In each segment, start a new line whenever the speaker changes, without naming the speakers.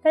大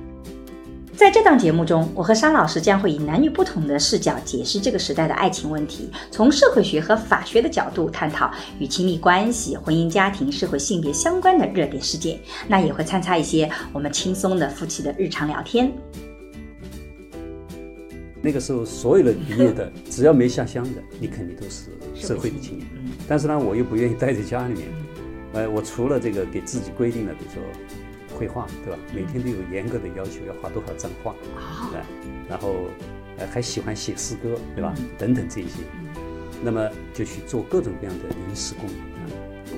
在这档节目中，我和商老师将会以男女不同的视角解释这个时代的爱情问题，从社会学和法学的角度探讨与亲密关系、婚姻家庭、社会性别相关的热点事件。那也会参差一些我们轻松的夫妻的日常聊天。
那个时候，所有的毕业 的，只要没下乡的，你肯定都是社会的青年。但是呢，我又不愿意待在家里面，呃，我除了这个给自己规定了，比如说绘画，对吧？每天都有严格的要求，要画多少张画，
哦，
哎，然后呃还喜欢写诗歌，对吧
嗯？
等等这些，那么就去做各种各样的临时工，啊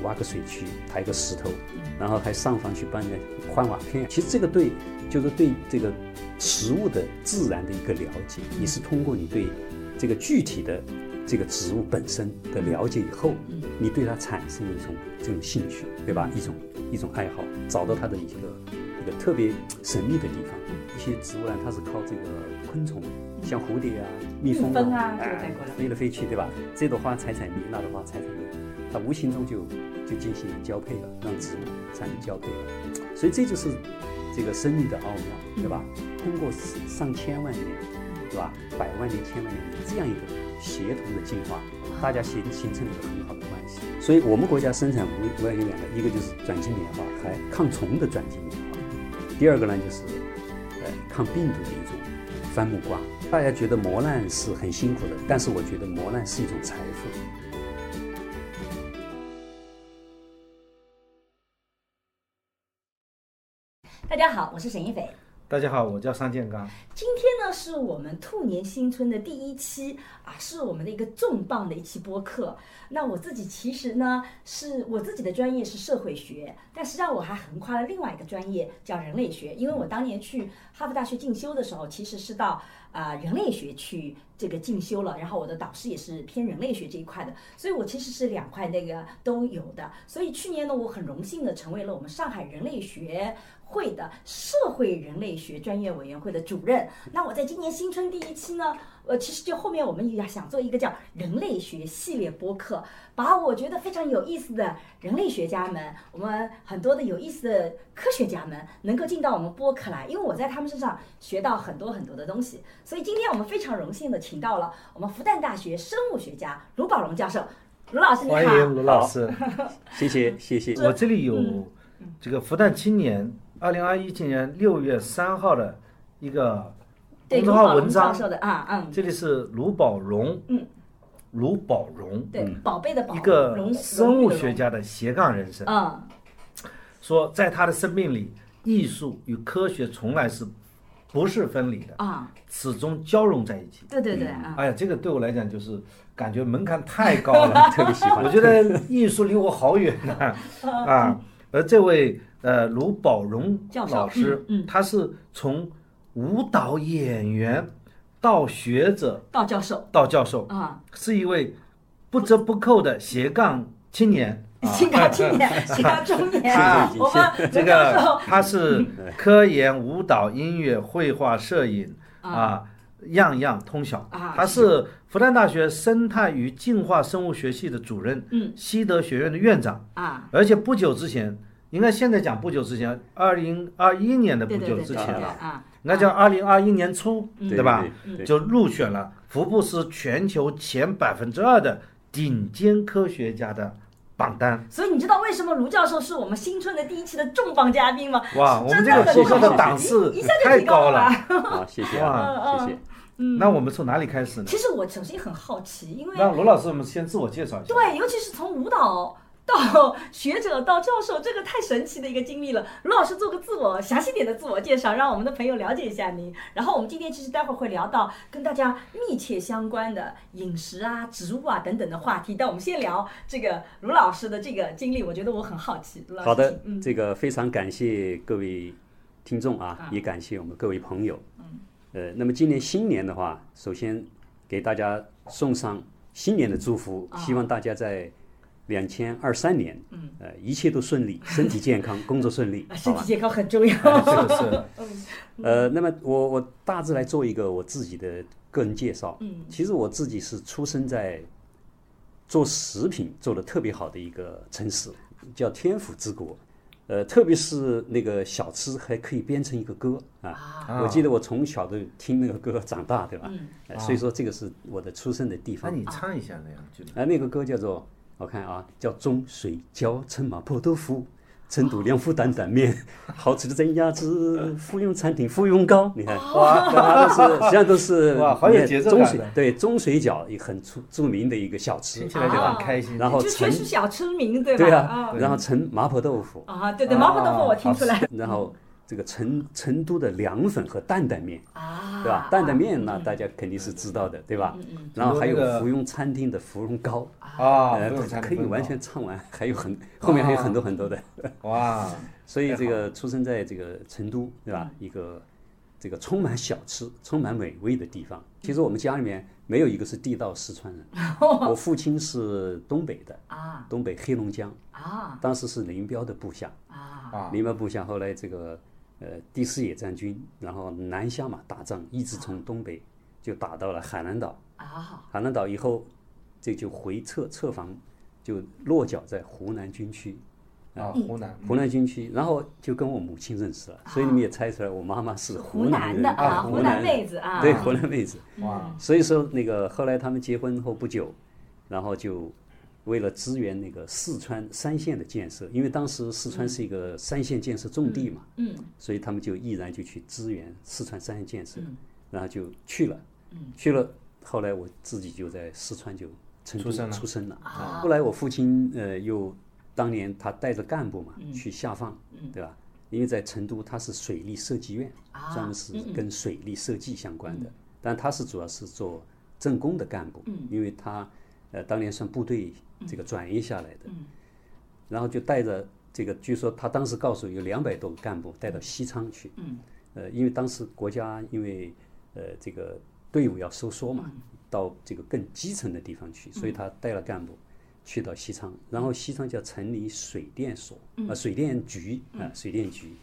挖个水渠，抬个石头，然后还上房去帮人家换瓦片。其实这个对，就是对这个植物的自然的一个了解，你是通过你对这个具体的这个植物本身的了解以后，你对它产生一种这种兴趣，对吧？一种一种爱好，找到它的一个一个特别神秘的地方。一些植物呢，它是靠这个昆虫，像蝴蝶啊、蜜蜂
蜜蜂啊这个
哎
带过来
飞来飞去，对吧？这朵花采采蜜，那朵花采采蜜，它无形中就就进行交配了，让植物产生交配了。所以这就是这个生命的奥妙，
嗯
对吧？通过上千万年，对吧？百万年、千万年这样一个协同的进化，大家形形成了一个很好的关系。所以我们国家生产无无外有两个，一个就是转基因棉花，还抗虫的转基因棉花；第二个呢就是呃抗病毒的一种番木瓜。大家觉得磨难是很辛苦的，但是我觉得磨难是一种财富。
大家好，我是沈一斐。
大家好，我叫商建刚。
今天呢，是我们兔年新春的第一期啊，是我们的一个重磅的一期播客。那我自己其实呢，是我自己的专业是社会学，但实际上我还横跨了另外一个专业叫人类学，因为我当年去哈佛大学进修的时候，其实是到啊、呃人类学去这个进修了，然后我的导师也是偏人类学这一块的，所以我其实是两块那个都有的。所以去年呢，我很荣幸的成为了我们上海人类学会的社会人类学专业委员会的主任。那我在今年新春第一期呢，呃，其实就后面我们也想做一个叫人类学系列播客，把我觉得非常有意思的人类学家们，我们很多的有意思的科学家们能够进到我们播客来，因为我在他们身上学到很多很多的东西。所以今天我们非常荣幸的请到了我们复旦大学生物学家卢宝荣教授，卢老师你好，
欢迎卢老师，
谢谢，谢谢。
我这里
嗯
有这个复旦青年二零二一今年六月三号的一个
对
公
卢
众号
宝
文
荣教
章，
授的啊嗯。
这里是卢宝荣，
嗯，
卢宝荣，
对，宝贝的宝，
嗯一个
荣
生物学，家的斜杠人生，
荣誉的荣嗯，
说在他的生命里，艺术与科学从来是不是分离的，
啊，
始终交融在一起。
对对对啊，
哎呀，这个对我来讲就是感觉门槛太高了，
特别喜欢
我觉得艺术离我好远呐
嗯
啊而这位呃卢宝荣
教授
老师，
嗯嗯
他是从舞蹈演员到学者
道教授
到教授，
啊，
是一位不折不扣的斜杠青年。啊
青岛青 年，青岛中年，
啊
我们
这
教
个
授
他是
嗯
科研、舞蹈、音乐、绘画、摄影啊，样样通晓
啊。
他是复旦大学生态与进化生物学系的主任，
嗯
西德学院的院长，
啊，
而且不久之前，应该现在讲不久之前，二零二一年的
对
不
对对
久
对
之
对
前了，
啊，嗯
那叫二零二一年初，
对
吧？？
对对
就入选了福布斯全球前百分之二的顶尖科学家的榜单。
所以你知道为什么卢教授是我们新春的第一期的重磅嘉宾吗？
哇，我们
真
这
的
个
很
学校的
高
档次
一一下就
太
提高
高了。
啊，谢谢啊，谢谢。
那我们从哪里开始呢？
其实我首先很好奇，因为
让罗老师我们先自我介绍一下。
对，尤其是从舞蹈到 学者到教授，这个太神奇的一个经历了。卢老师做个自我详细点的自我介绍，让我们的朋友了解一下您。然后我们今天其实待会儿会聊到跟大家密切相关的饮食啊、植物啊等等的话题，但我们先聊这个卢老师的这个经历，我觉得我很好奇。卢老师，
好的
嗯，
这个非常感谢各位听众啊
啊，嗯
也感谢我们各位朋友。呃，那么今年新年的话，首先给大家送上新年的祝福，
啊
希望大家在两千二三年，嗯，呃，一切都顺利，身体健康，工作顺利，
啊，
好
身
吧哎
体？健康很重要。
哎
这个是
呃，那么我我大致来做一个我自己的个人介绍。嗯，其实我自己是出生在做食品做的特别好的一个城市，叫天府之国。呃，特别是那个小吃还可以编成一个歌啊！我记得我从小都听那个歌长大，对吧？呃所以说这个是我的出生的地
那
方。
哎你唱一下那两句。
哎，那个歌叫做，我看啊，叫《中水饺陈麻婆豆腐》，成都凉府担担面，好吃的蒸鸭子，芙蓉餐厅芙蓉糕，你看，
哦
哇，它都是实际上都是
哇好有节奏感啊
中水
的
对中水饺也很出著名的一个小吃
听，起来就很开心。
然后
就全
陈
是小村民，对吧？
对
嗯啊
嗯
啊，然后陈麻婆豆腐，
啊，对对，麻婆豆腐我听出来
然后这个成成都的凉粉和担担面，
啊，嗯
对吧？担担面呢，大家肯定是知道的，对吧？然后还有
成都那个
芙蓉餐厅的芙蓉糕。
啊，
呃
不用，
它
参
可以
不用
完全唱完，还有很后面还有很多很多的。
哇，
所以这个出生在这个成都，对吧？
嗯
一个这个充满小吃、充满美味的地
嗯
方。其实我们家里面没有一个是地道四川 人，我父亲是东北的，
啊
东北黑龙江，
啊
当时是林彪的部下，
啊
林彪部下后来这个呃第四野战军，然后南下嘛打仗，一直从东北就打到了海南岛。
啊！
海南岛以后，这就回撤撤防，就落脚在湖南军区，
啊，湖南
嗯
湖南军区，然后就跟我母亲认识了，所以你们也猜出来，我妈妈是
啊湖
南
南
人
的啊，
湖
湖
南
南
人
妹子啊，
对，湖南妹子。
哇，
所以说那个后来他们结婚后不久，然后就为了支援那个四川三线的建设，因为当时四川是一个三线建设重地嘛，
嗯，
所以他们就毅然就去支援四川三线建设，
嗯
然后就去了，去了。后来我自己就在四川就成都
出生了
出生了。
啊
后来我父亲呃又当年他带着干部嘛去下放，对吧？因为在成都他是水利设计院，
啊
专门是跟水利设计相关的，但他是主要是做政工的干部，因为他呃当年算部队这个转移下来的，然后就带着这个，据说他当时告诉有两百多个干部带到西昌去，嗯，呃，因为当时国家因为呃这个队伍要收缩嘛，到这个更基层的地方去，所以他带了干部去到西昌，然后西昌叫城里水电所啊、水电局啊、水电局，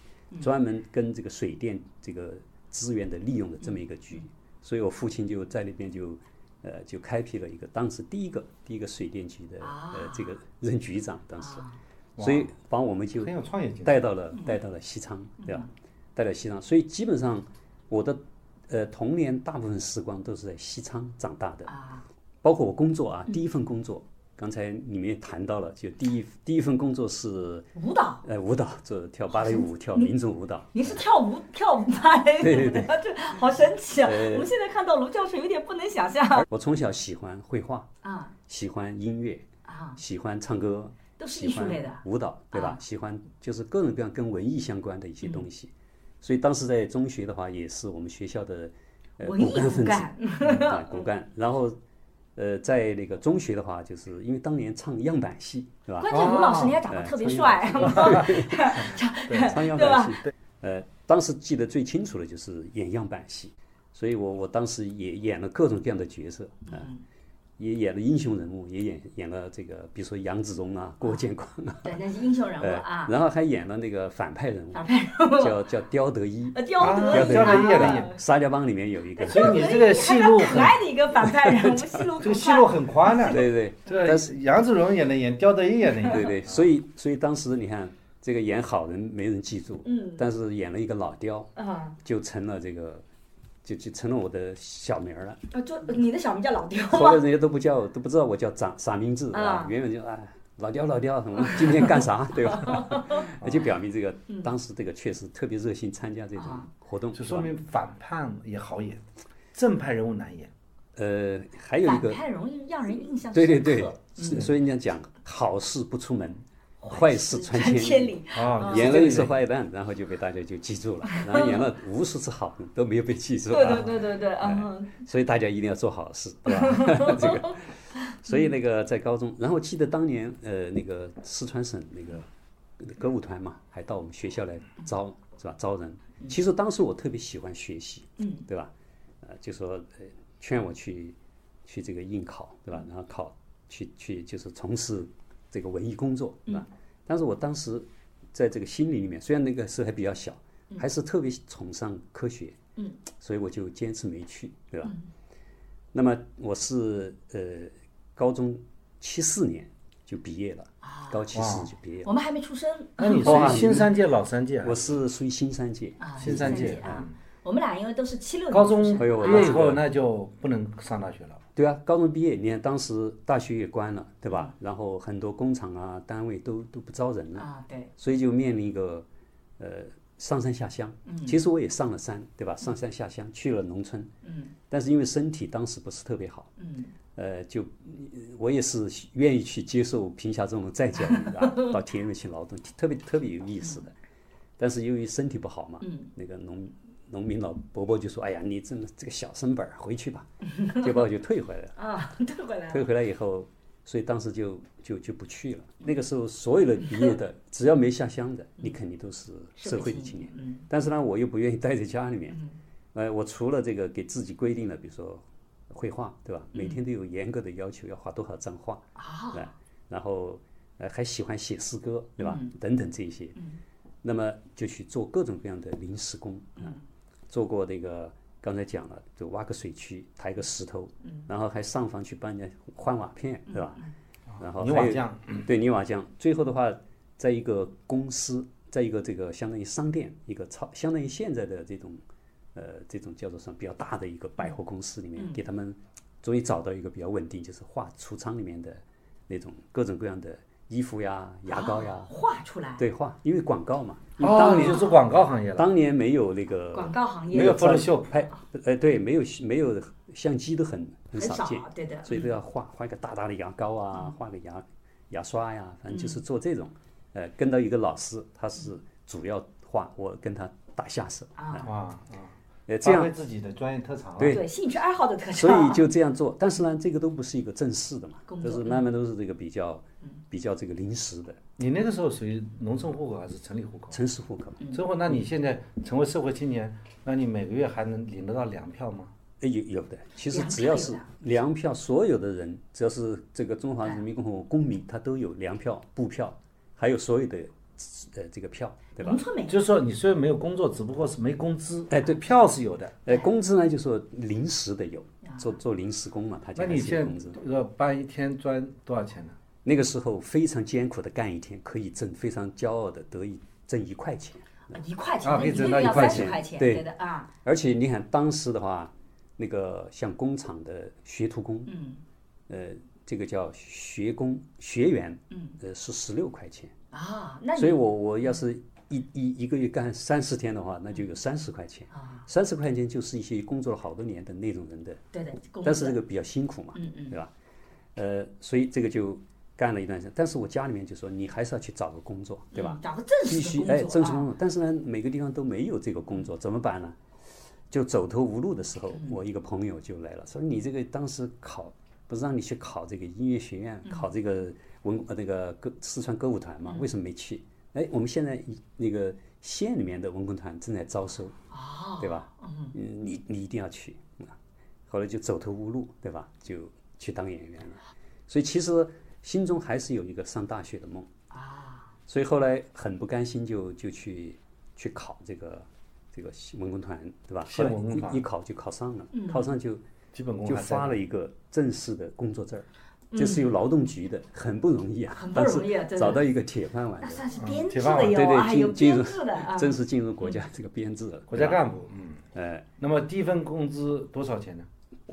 专门跟这个水电这个资源的利用的这么一个局，所以我父亲就在那边就。呃，就开辟了一个当时第一个第一个水电局的呃这个任局长，当时，所以把我们就
很有创业精神。
带到了带到了西昌，对吧？
嗯
带到西昌，所以基本上我的呃童年大部分时光都是在西昌长大的，
啊
包括我工作
嗯
啊，第一份工作，刚才你们也谈到了，就第一第一份工作是
舞蹈，
呃舞蹈，做跳芭蕾舞，跳民族舞蹈。
您是跳舞跳舞 芭蕾舞
对对
的，这好神奇啊！
对
我们现在看到卢教授有点不能想象
我从小喜欢绘画，
啊
喜欢音乐，
啊，
喜欢唱歌，
都是
喜
艺术
欢
类的啊
舞蹈，对吧？喜欢就是各种各样跟文艺相关的一些东
嗯
西。所以当时在中学的话，也是我们学校的呃
文艺
骨干
骨
分子
干，
嗯啊，骨干。然后呃，在那个中学的话，就是因为当年唱样板戏，对吧？
关键吴老师人家长
哎
得特别帅，
对，唱样
对吧
板戏。呃，当时记得最清楚的就是演样板戏，所以我我当时也演了各种各样的角色啊。也演了英雄人物，也演演了这个，比如说杨子荣啊、郭建光啊，
对，那是英雄人
呃
物啊，
然后还演了那个反派人物，
反派人物，
叫叫刁德一，
呃刁德
啊
也
刁德一也能
啊
演，
沙家浜里面有一个，
所以你这个戏
还
路
蛮可
很，
爱的一个反派人物，戏路
这个
很
戏
宽
路很宽
啊
的。
对对
这杨子荣也能演，刁德一也能演。
对对，所以所以当时你看这个演好人没人记住，嗯，但是演了一个老刁，
啊，
就成了这个，就就成了我的小 名儿了，
呃就你的小名叫老刁
后来
吗？
人家都不叫都不知道我叫啥啥名字啊
啊，
原本就哎老刁老刁，我们今天干 啥对吧？那就表明这个
嗯
当时这个确实特别热心参加这种
啊
活动，
就是说
吧
明反叛也好演，正派人物难演。
呃还有一
反
个
派嗯容易让人印象
对对
深
对
刻，，
是所以人家讲好事不出门，坏事传千
哦千
里。
里。哦
啊
演了一次坏蛋，然后就被大家就记住了，然后演了无数次好人都没有被记住
对对
啊，
对对对，嗯，
所以大家一定要做好事，对吧？ 这个，所以那个在高中，然后记得当年呃那个四川省那个歌舞团嘛，还到我们学校来招是吧？招人。其实当时我特别喜欢学习，嗯，对吧？呃，就说呃劝我去去这个应考，对吧？然后考去去就是从事这个文艺工作，对吧？但是我当时在这个心理里面，虽然那个时候还比较小，还是特别崇尚科学，嗯，所以我就坚持没去，对吧？那么我是呃高中七四年就毕业了，高七四就毕业了。
我们还没出生，嗯
那你
哇
是新三届老三届啊？
我是属于新三届，
啊，
新三届
啊，我们俩因为都是七六年
高中
出生
哎呦我
毕业以
这
后
个
那就不能上大学了。
对啊，高中毕业，你看当时大学也关了，对吧？然后很多工厂啊、单位都都不招人了，
啊，对，
所以就面临一个呃上山下乡。其实我也上了山，对吧？上山下乡去了农村，
嗯
但是因为身体当时不是特别好，
嗯，
呃，就我也是愿意去接受贫下中农再教育 啊，到田里面去劳动，特别特别有意思
嗯
的。但是由于身体不好嘛，那个农农民老伯伯就说：“哎呀，你这么这个小身板儿回去吧。”就把我就退回来了。
啊， 对回来
退
了，
回来以后，所以当时就就就不去了。那个时候，所有的毕业的，只要没下乡的，你肯定都是嗯社会的青年。
嗯
但是呢，我又不愿意待在家里面，呃，我除了这个给自己规定了，比如说绘画，对吧？每天都有严格的要求，要画多少张画，
啊，
对吧然后呃还喜欢写诗歌，对吧？等等这些，那么就去做各种各样的临时工啊，做过那个刚才讲了，就挖个水渠，抬个石头，
嗯
然后还上房去帮人家换瓦片，对吧？然后
泥
还
瓦
有嗯
匠，
对泥瓦匠，最后的话，在一个公司，在一个这个相当于商店，一个超相当于现在的这种呃这种叫做什么比较大的一个百货公司里
嗯
面，给他们终于找到一个比较稳定，就是画橱仓里面的那种各种各样的衣服呀、牙膏呀，
画出来，
对画，因为广告嘛，因为
哦，
嗯当
你
年
就是广告行业了。
当年没有那个
广告行业
没有
很
Photoshop，
拍，呃对，没有没有相机都很很少
少啊
见，，
对的，嗯
所以都要画画一个大大的牙膏啊，画个牙牙刷呀、反正
嗯
就是做这种。呃，跟到一个老师，他是主要画，我跟他打下手啊，
哇，啊
呃，这样
哦
发挥自己的专业特长了。
对
对兴趣爱好的特长，啊
所以就这样做。但是呢，这个都不是一个正式的嘛
工，
就
作嗯
是慢慢都是这个比较比较这个临时的
你那个时候属于农村户口还是城里户口？
城市户口。
之后，那你现在成为社会青年，那你每个月还能领得到粮票吗？
呃有有的，其实
粮
只
票
要
有
是
的
粮票，所有的人只要是这个中华人民共和国公民，他都有粮票、布票，还有所有的呃这个票，对吧
农？村没
就是说，你虽然没有工作，只不过是没工资，
哎对
票是有的。
呃，工资呢就说临时的有，
啊
做做临时工嘛，他就
那
还
你
是有
现
工资。
在呃搬一天赚多少钱呢？
那个时候非常艰苦的干一天，可以挣非常骄傲的得以挣一块钱，
一块钱
啊，可以
一个
挣到
月
一
要
块
三十
钱
块钱，
对
的啊，
而且你看当时的话，那个像工厂的学徒工，
嗯，
呃，这个叫学工学员，嗯，呃是十六块钱。
啊，那
所
你
以我我要是一一一个月干三十天的话，那就有三十块钱。
啊
三十块钱就是一些工作了好多年的那种人的，
对的，嗯工
但是这
资
个比较辛苦嘛，对吧？呃，所以这个就干了一段时间。但是我家里面就说你还是要去找个工作，对吧？
嗯找个正式
必
的
须
工
哎，
作
正式
啊嗯
工作。但是呢，每个地方都没有这个工作，怎么办呢？就走投无路的时候，我一个朋友就来了，说你这个当时考不是让你去考这个音乐学院，
嗯
考这个文呃那个歌四川歌舞团嘛，为什么没去？哎，我们现在一那个县里面的文工团正在招收，
哦
对吧？嗯，你你一定要去啊！后来就走投无路，对吧？就去当演员了。所以其实心中还是有一个上大学的梦。所以后来很不甘心就，就去去考这个这个文工团，对吧？后
县
来
文工团
一一考就考上了，
嗯
考上就
基本工
就
还在
发了一个正式的工作证儿，这是由劳动局的，很不容易啊，
嗯很不
当时
容易啊真的
找到一个铁饭碗
那
的，
算是编制
铁饭
的
碗
哟，啊，有
对对，进进
编
入
制的啊，
正式进入国家这个编制了，
国家
对吧
干部，嗯，
呃，
那么第一份工资多少钱呢？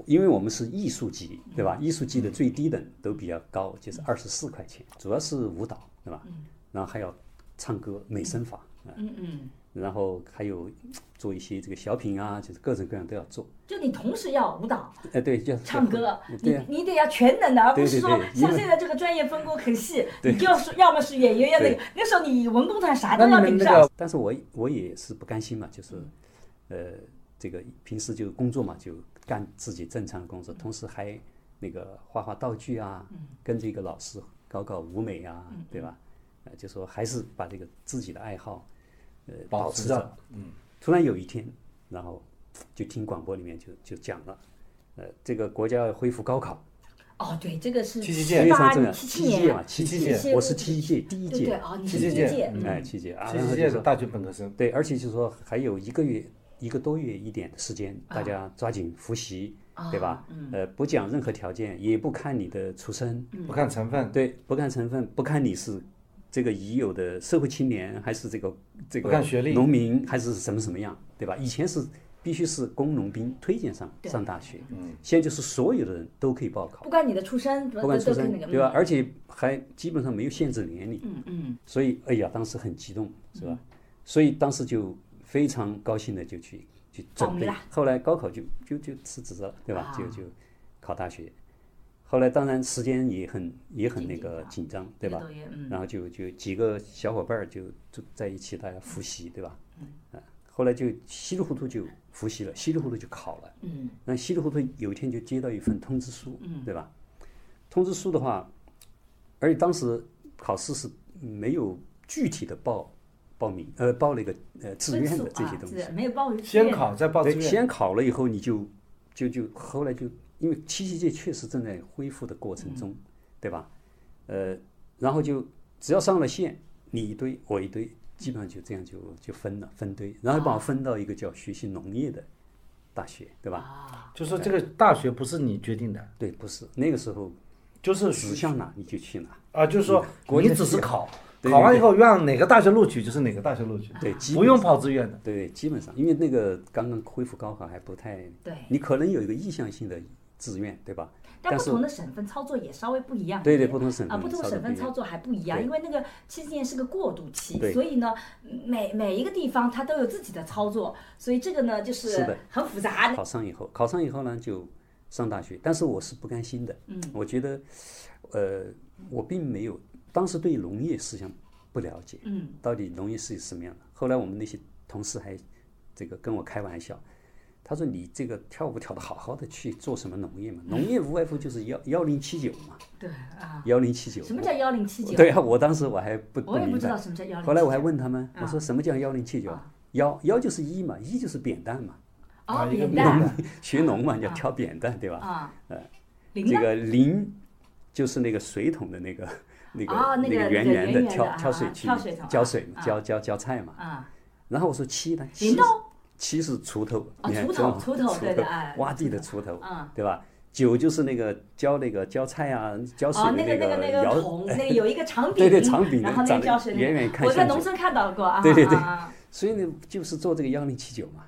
因为我们是艺术级，
嗯
对吧？艺术级的最低等都比较高，就是二十四块钱，主要是舞蹈，对吧？然后还要唱歌、美声法，
嗯嗯，
然后还有做一些这个小品啊，就是各种各样都要做。
就你同时要舞蹈。
哎，对， 就
唱歌，
对
你
啊呀、
你得要全能的，而不是
对对
说
对因
像
为
现在这个专业分工很细，你就是要么是演员，要么
对
那时候你文工团啥
那
都
你
要
们
领
那
上，
个
但是我我也是不甘心嘛，就是，
嗯
呃，这个平时就工作嘛，就干自己正常的工作，同时还那个画画道具啊，
嗯
跟这个老师搞搞舞美啊，对吧？呃，就说还是把这个自己的爱好，呃，
保
保
持
持
着
着。嗯。突然有一天，然后就听广播里面就就讲了，呃，这个国家要恢复高考，
哦，对，这个是
七七届
七
非常
八
重要。
七
七
七
届
年
嘛，，七
七
届
我是七届第一
对对
届，
哦，你
七
是
七
第一
届
届，
嗯哎，七届啊，
七
然
七
后
届
就
的
说
大学本科生，
对，而且就是说还有一个月一个多月一点的时间，大家抓紧复习，对吧？呃，不讲任何条件，也不看你的出身，
不看成分，
对，不看成分，不看你是这个已有的社会青年，还是这个这
不
个
看学历
农民，还是什么什么样，对吧？以前是必须是工农兵推荐上上大学，嗯，现在就是所有的人都可以报考，
不管你的出身，
不管出
都跟
身
那，个
对吧？？而且还基本上没有限制年龄，
嗯嗯，
所以哎呀，当时很激动，是吧？所以当时就非常高兴的就去去
报
准
名啊
备
了，
后来高考就就就辞职了，对吧？就就考大学，后来当然时间也很也很那个紧张，对吧
啊这个？都也嗯
然后就就几个小伙伴儿就就在一起，大家复习，对吧？嗯，后来就稀里糊涂就复习了，稀里糊涂就考了。
嗯，
那稀里糊涂有一天就接到一份通知书，嗯，对吧？通知书的话，而且当时考试是没有具体的报报名，呃，报了一个呃志
分
愿
数
的这
啊
些东西，
是没有报
先考再报志
对，
愿。
哎先考了以后你就就就后来就因为七七届确实正在恢复的过程
嗯
中，对吧？呃，然后就只要上了线，你一堆我一堆，基本上就这样就就分了分堆，然后把我分到一个叫学习农业的大学，对吧？
啊
就说这个大学不是你决定的，
对，不是那个时候
就是
指向哪你就去哪，
啊，就是说
国
你
家
只是
是
考，
对
考完
对
以后让哪个大学录取就是哪个大学录取，
对基
不
本
用跑志愿的。
对，基本上因为那个刚刚恢复高考还不太，
对
你可能有一个意向性的志愿，对吧？
但
但
不
是
同的省份操作也稍微不一样一点。
对对不同省份
啊，不同
操作
省份
不一样
操作还不一样，
对
因为那个七七年是个过渡期，
对
所以呢，每每一个地方它都有自己的操作，所以这个呢就是
的
是很复杂的。
考上以后，考上以后呢就上大学，但是我是不甘心的，嗯，我觉得，呃，我并没有当时对农业思想不了解，
嗯，
到底农业是什么样的。后来我们那些同事还这个跟我开玩笑。他说：“你这个跳舞跳得好好的，去做什么农业嘛？农业无外乎就是幺幺零七九嘛，
对啊，
幺零七九。
什么叫幺零七九？
对啊，我当时我还不
我也不
明
知道
白。
什么叫幺零。啊
后来我还问他们，我说什么叫幺零七九？幺幺就是一嘛，一就是扁 担嘛，
哦，
啊一个
扁
扁
担
学农嘛，你要挑扁担，对吧？
啊，
呃
铃
这
铛
个铃就是那个水桶的那个那个、
哦那个那
个圆
个
圆
圆圆的
挑、
啊
挑水去
挑水桶
浇
啊
水
啊
嘛，浇浇浇菜嘛。
啊，哦
然后我说七呢？
铃
七
铛
七是锄头，
啊
你看
锄头
知道吗
锄头对的哎
挖地的锄头，
嗯
对吧？九就是那个浇那个浇菜啊、浇水
哦，
的
那个那个那
摇，
个桶， 那个有一个长柄，
对对长柄的
然后那
长
个
得
叫什么？
远远看
我在
上去
农村看到过啊，
对对对
啊啊
所以呢，就是做这个幺零七九嘛。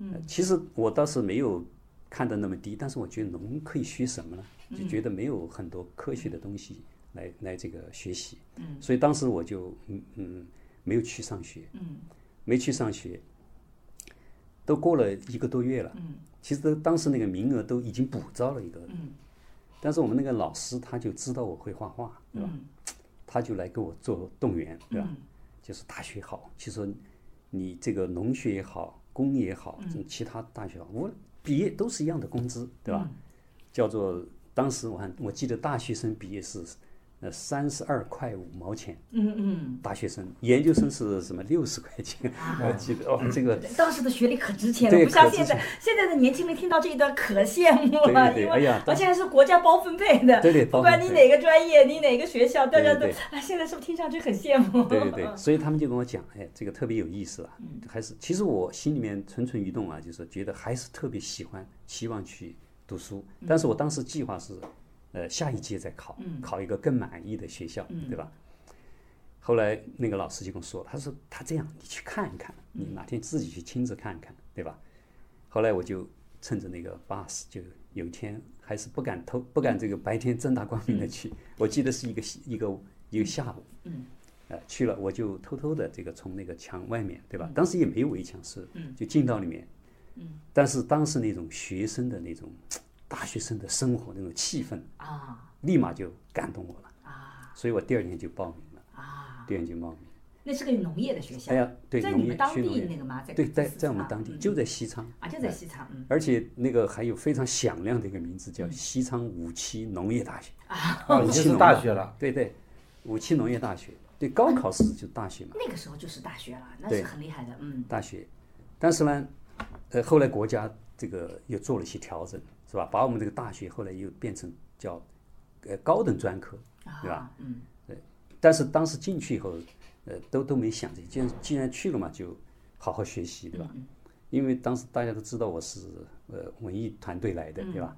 嗯，其实我倒是没有看得那么低，但是我觉得农可以学什么呢？就觉得没有很多科学的东西来来这个学习。嗯，所以当时我就嗯嗯没有去上学。嗯，没去上学，都过了一个多月了。嗯，其实当时那个名额都已经补招了一个。嗯，但是我们那个老师他就知道我会画画，对吧？他就来给我做动员，对吧？就是大学好，就说你这个农学也好，工也好，这种其他大学好，我毕业都是一样的工资，对吧？叫做当时我看我记得大学生毕业是呃三十二块五毛钱，
嗯嗯，
大学生研究生是什么六十块钱，我记得哦，这个
当时的学历可值钱了，
对
不像
可值
现在
钱
现在的年轻人听到这一段可羡慕
对
了，
对对
因
哎
为
呀
而且还是国家包分配的，
对对
不
包
管
分
你
配
哪个专业，你哪个学校，大家
对
都
对
啊，现在是不是听上去很羡慕？
对对对，所以他们就跟我讲，哎，这个特别有意思啊，还是其实我心里面蠢蠢欲动啊，就是觉得还是特别喜欢，希望去读书，但是我当时计划是，呃，下一届再考，考一个更满意的学校，对吧？后来那个老师就跟我说，他说他这样，你去看一看，你哪天自己去亲自看一看，对吧？后来我就趁着那个 bus，就有一天还是不敢偷，不敢这个白天正大光明的去。我记得是一个一个一个下午，嗯，呃，去了我就偷偷的这个从那个墙外面，对
嗯
吧？当时也没有围墙是，就进到里面，嗯，但是当时那种学生的那种大学生的生活那种气氛，
啊
立马就感动我了，
啊
所以我第二天就报名了，
啊！
第二天就报名。
那是个农业的学校，
哎呀，对，
在
农
你
业
们当
学农
地
业
那个吗？在
对，在
四
在我们
川
当地
嗯
就在西昌
啊，就在西昌，嗯，
而且那个还有非常响亮的一个名字，叫西昌五七农业大学。
啊，已经是大学了，
对对，五七农业大学。对，高考是就大学嘛，
那个时候就是大学了，那
对
是很厉害的，嗯
大学。但是呢，呃，后来国家这个又做了一些调整，是吧？把我们这个大学后来又变成叫呃高等专科，对吧？嗯，对。但是当时进去以后，呃，都都没想这些，既然既然去了嘛，就好好学习，对吧？因为当时大家都知道我是呃文艺团队来的，对吧？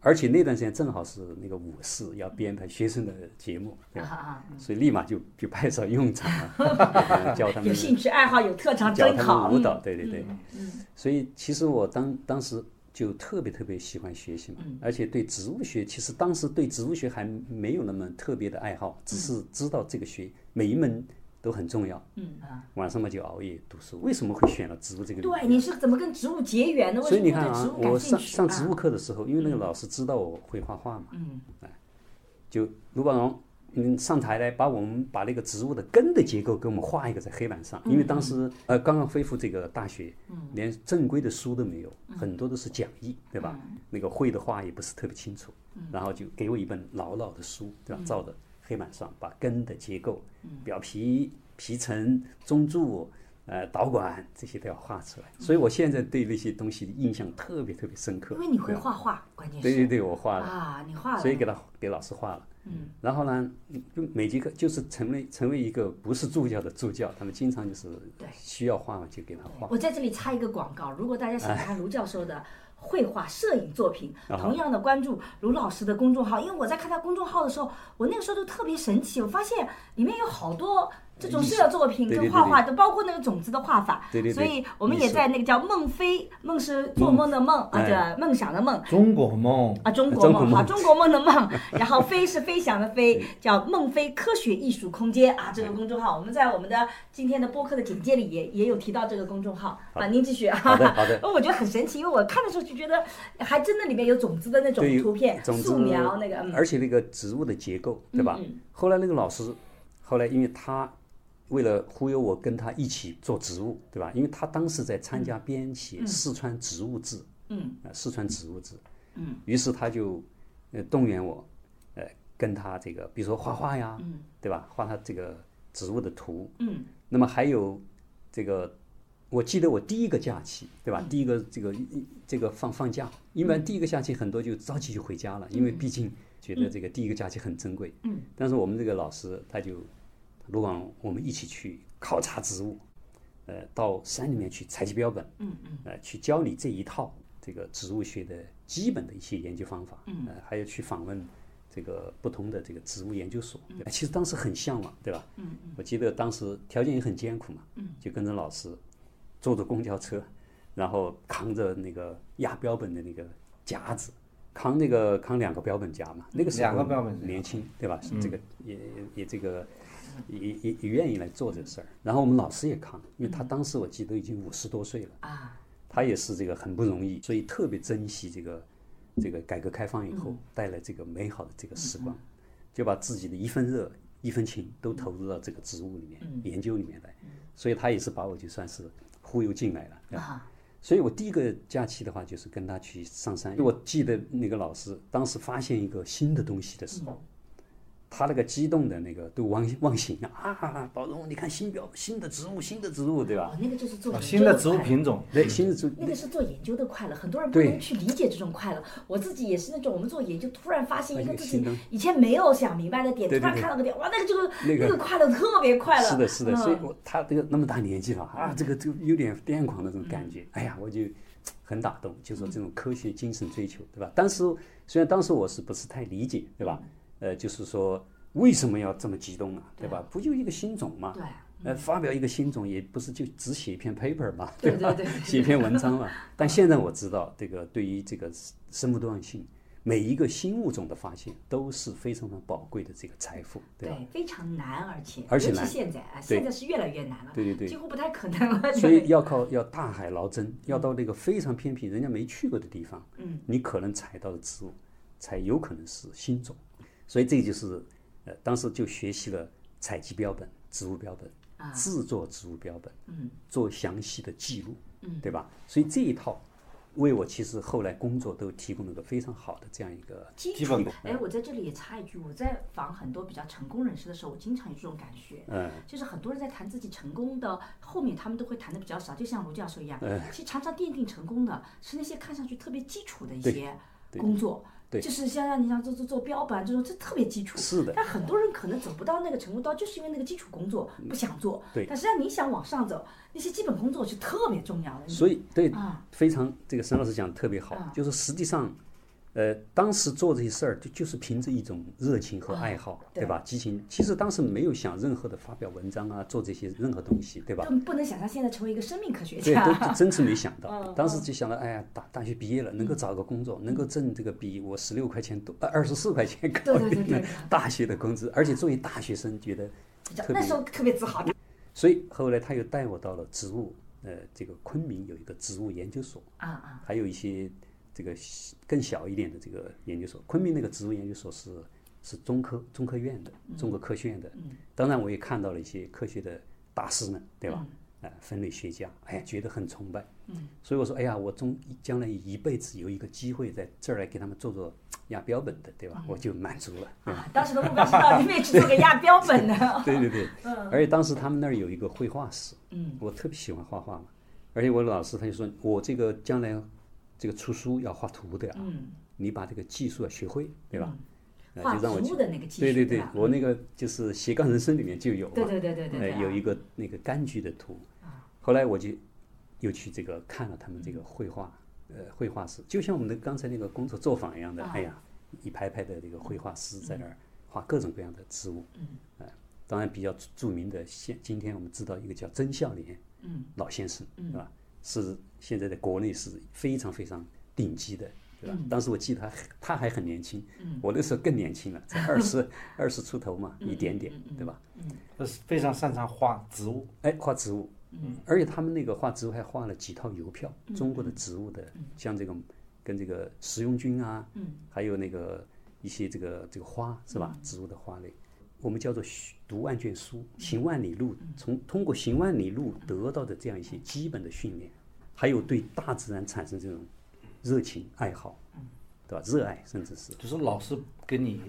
而且那段时间正好是那个五四要编排学生的节目，对吧？
啊，
所以立马就就派上用场了，教他们
有兴趣爱好有特长
教
真
他
好嗯
们，舞蹈，对对对。所以其实我当当时就特别特别喜欢学习嘛，
嗯
而且对植物学，其实当时对植物学还没有那么特别的爱
嗯
好，只是知道这个学每一门都很重要。
嗯啊，
晚上嘛就熬夜读书，为什么会选了植物这个领域？啊
对，你是怎么跟植物结缘的？为
所以你
什
看
么会对植
啊，
物
我
感兴
上
趣？
上植物
啊，
课的时候，因为那个老师知道我会画画嘛，嗯，哎，就卢宝荣，嗯，上台来把我们把那个植物的根的结构给我们画一个在黑板
嗯
上，因为当时呃刚刚恢复这个大学，连正规的书都没有，
嗯
很多都是讲义，对吧？那个会的话也不是特别清楚，
嗯
然后就给我一本老老的书，对吧？照着黑板上把根的结构、
嗯
表皮、皮层、中柱。呃，导管这些都要画出来，所以我现在对那些东西的印象特别特别深刻。
嗯因为你会
对吧
画画，关键是
对对对，我画了，
啊，你画了，
所以给他给老师画了。嗯，然后呢，就每节课就是成为成为一个不是助教的助教，他们经常就是
对
需要画就给他画。
我在这里插一个广告，如果大家想看卢教授的绘画、摄影作品，
啊
同样的关注卢老师的公众号，因为我在看他公众号的时候，我那个时候就特别神奇，我发现里面有好多这种
艺术
摄作品
对对
跟
对
画画，
对
都包括那个种子的画法。
对对对
所以我们
艺
也
术
在那个叫梦飞，梦是做梦的梦啊，
哎
对，梦想的梦。
中国梦，
啊，中国
中国
梦啊，
梦
中国梦的 梦，然后飞是飞翔的飞，叫梦飞科学艺术空间啊，这个公众号，我们在我们的今天的播客的简介里也也有提到这个公众号啊，您继续啊。
好的好的
我觉得很神奇，因为我看的时候就觉得，哎还真的里面有种子的那种
对于
图片、
种子
素描那个，嗯
而且那个植物的结构，对吧？后来那个老师，后来因为他为了忽悠我跟他一起做植物，对吧？因为他当时在参加编写《四川植物志》，
嗯，
啊，四川植物志，嗯，于是他就呃动员我，呃，跟他这个比如说画画呀，嗯，对吧？画他这个植物的图，
嗯，
那么还有这个。我记得我第一个假期，对吧？第一个这个这个放放假，一般第一个假期很多就着急就回家了，因为毕竟觉得这个第一个假期很珍贵。嗯。但是我们这个老师他就，如果我们一起去考察植物，呃，到山里面去采集标本，嗯嗯，呃，去教你这一套这个植物学的基本的一些研究方法，嗯，呃，还要去访问这个不同的这个植物研究所，
嗯
对吧其实当时很向往，对吧？嗯嗯，我记得当时条件也很艰苦嘛，嗯，就跟着老师坐着公交车，然后扛着那个压标本的那个夹子。扛那个扛两个标本夹嘛，那个时候
嗯两个标本夹嗯
年轻对吧？这个也也也这个也也也愿意来做这事儿。然后我们老师也扛，因为他
嗯
当时我记得已经五十多岁了，
啊，
他也是这个很不容易，所以特别珍惜这个这个改革开放以后
嗯
带来这个美好的这个时光，就把自己的一分热一分情都投入到这个植物里面、
嗯
研究里面来，所以他也是把我就算是忽悠进来了。
啊
对吧所以我第一个假期的话，就是跟他去上
嗯
山。我记得那个老师当时发现一个新的东西的时
嗯
候，他那个激动的那个都忘忘形了啊！宝荣，你看新标新的植物，新的植物，对吧
哦？，那个就是做
啊
研究
新的植物
快乐
品种，
对，新的植物
那个是做研究的快乐，很多人不
对
能去理解这种快乐。我自己也是那种，我们做研究突然发现一个
哎
自
心
己
疼
以前没有想明白的点，突
对对
然
对
看到个点，哇，那个这个
那个
那个快乐特别快乐。
是的，是的，所以
嗯
我他这个那么大年纪了啊，这个就有点癫狂的这种感
嗯
觉。哎呀，我就很打动，就说这种科学精神追求，对吧？当时虽然当时我是不是太理解，对吧？
嗯
呃，就是说为什么要这么激动啊，对吧？不就一个新种嘛，
对
呃，发表一个新种也不是就只写一篇 paper 嘛，
对
吧？
对对对
写一篇文 章嘛。但现在我知道，这个对于这个生物多样性，每一个新物种的发现都是非常非常宝贵的这个财富，对吧？
对，非常难，而且
而且
尤其
难
现在啊，
对
现在是越来越难了，
对对对
几乎不太可能了。
所以要靠要大海捞针，要
嗯
到那个非常偏僻、人家没去过的地方，嗯，你可能采到的植物，才有可能是新种。所以这就是，呃，当时就学习了采集标本、植物标
啊
本，制作植物标本，嗯，做详细的记录，嗯，对吧？所以这一套为我其实后来工作都提供了个非常好的这样一个
基
基本
础。
嗯
哎，我在这里也插一句，我在访很多比较成功人士的时候，我经常有这种感觉，
嗯，
就是很多人在谈自己成功的后面，他们都会谈的比较少，就像卢教授一样，
嗯
其实常常奠定成功的是那些看上去特别基础的一些工作。
对
就是像让你像做做做标本啊这种，这特别基础。
是的
但很多人可能走不到那个成功道，就是因为那个基础工作不想做。
嗯对
但实际上你想往上走，那些基本工作是特别重要的。
所以对
啊，
非常这个沈老师讲的特别好，就是实际上，呃，当时做这些事儿就就是凭着一种热情和爱好，
啊对
对吧？激情，其实当时没有想任何的发表文章啊，做这些任何东西， 对吧？
更不能想象现在成为一个生命科学
对，
家。
都都真是没想
嗯
到，当时就想到，哎呀，大大学毕业了，能够找个工作，能够挣这个比我十六块钱多，呃二十四块钱高
对
一
对对
点
对
的大学的工资，而且作为大学生，觉得
比较
特
那
别
时候特别自豪，
所以后来他又带我到了植物，呃，这个昆明有一个植物研究所
啊啊，
还有一些这个更小一点的这个研究所。昆明那个植物研究所是是中科中科院的，中国科学院的。当然，我也看到了一些科学的大师们，对吧？呃，分类学家，哎呀，觉得很崇拜。嗯。所以我说，哎呀，我终将来一辈子有一个机会在这儿来给他们做做压标本的，对吧？我就满足了。
啊， 当时的目标是到里面去做个压标本的。
对对对，而且当时他们那儿有一个绘画室，
嗯，
我特别喜欢画画嘛，而且我老师他就说，我这个将来这个出书要画图的呀，啊
嗯，
你把这个技术要学会，对吧？呃
画
就让我
植
去
物的那个技术，
对对
对
对
吧，嗯
我那个就是《斜杠人生》里面就有嘛，
对对对对对对
呃，
啊
有一个那个柑橘的图，后来我就又去这个看了他们这个绘画，
嗯
呃，绘画师，就像我们的刚才那个工作作坊一样
啊
的，哎呀，一排排的这个绘画师在那
嗯
儿画各种各样的植物，嗯，当然比较著著名的现，今天我们知道一个叫曾孝濂，嗯，老先生，嗯，吧？是现在在国内是非常非常顶级的。对吧？
嗯
当时我记得他他还很年轻，我那时候更年轻了，才二 十二十出头嘛，
嗯
一点点，对吧？
呃非常擅长画植物，
哎，画植物，嗯，而且他们那个画植物还画了几套邮票，中国的植物的，像这个跟这个食用菌啊，嗯，还有那个一些这个这个花是吧？植物的花类，我们叫做学读万卷书，行万里路，从通过行万里路得到的这样一些基本的训练，还有对大自然产生这种热情爱好，对吧？热爱甚至是
就是老师给你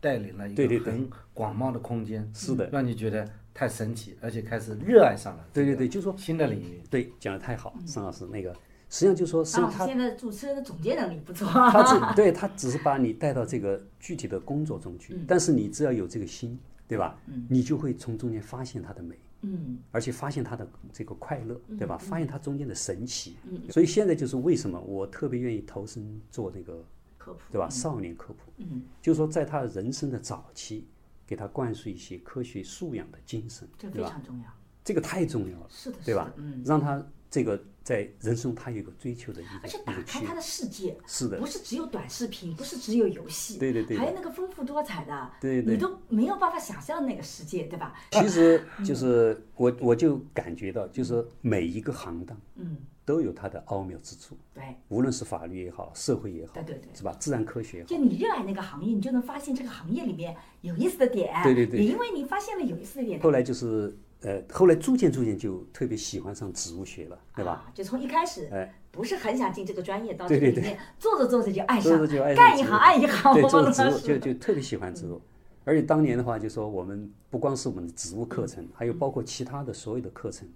带领了一
对对
个
对
很广袤的空间，
是的
让你觉得太神奇，而且开始热爱上了。
对对对就说
新的领域。
对，讲的太好，沈老师那个，实际上就说是
啊，
他
现在主持人的总结能力不错。
他只对他只是把你带到这个具体的工作中
嗯
去，但是你只要有这个心，对吧？你就会从中间发现它的美，
嗯，
而且发现它的这个快乐，对吧？发现它中间的神奇。
嗯
所以现在就是为什么我特别愿意投身做那个，
科普
对吧？少年科普，嗯，就是说在他人生的早期，给他灌输一些科学素养的精神，
这
对
非
吧？
常重要。
这个太重要了，
是的，
对
是
吧
的？嗯，
让他这个在人生他有一个追求的一
而且
个
打
一个
开
区
他的世界，
是的
不是只有短视频，不是只有游戏，
对对对
还有那个丰富多彩的，
对对
你都没有办法想象那个世界，对吧？
其实就是我我就感觉到，就是每一个行当，
嗯，
都有它的奥妙之处，
对，
无论是法律也好，社会也好，
对对对
是吧？自然科学也好，
就你热爱那个行业，你就能发现这个行业里面有意思的点。
对对对
也因为你发现了有意思的点，
后来就是呃，后来逐渐逐渐就特别喜欢上植物学了，对吧？
啊？就从一开始
哎，
不是很想进这个专业，到这
对
个
对
里面做着做着就爱
做
上
着
了，
就爱上
干一
植物
行爱一行，
对，
我
做
们
植
老
物
师
就就特别喜欢植物，而且当年的话，就说我们不光是我们的植物课程，还有包括其他的所有的课程，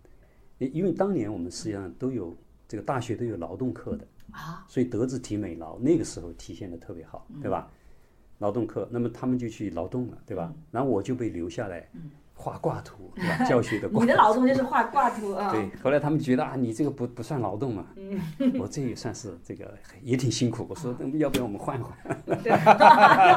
因因为当年我们实际上都有这个大学都有劳动课的，
啊，
所以德智体美劳那个时候体现的特别好，
嗯
对吧？劳动课，那么他们就去劳动了，对吧？然后我就被留下
嗯
来画挂图，对吧？教学的挂
你的劳动就是画挂图啊。
对，后来他们觉得啊，你这个不不算劳动嘛，
嗯
我这也算是这个也挺辛苦。我
啊
说，那要不要我们换一换？
对， 要不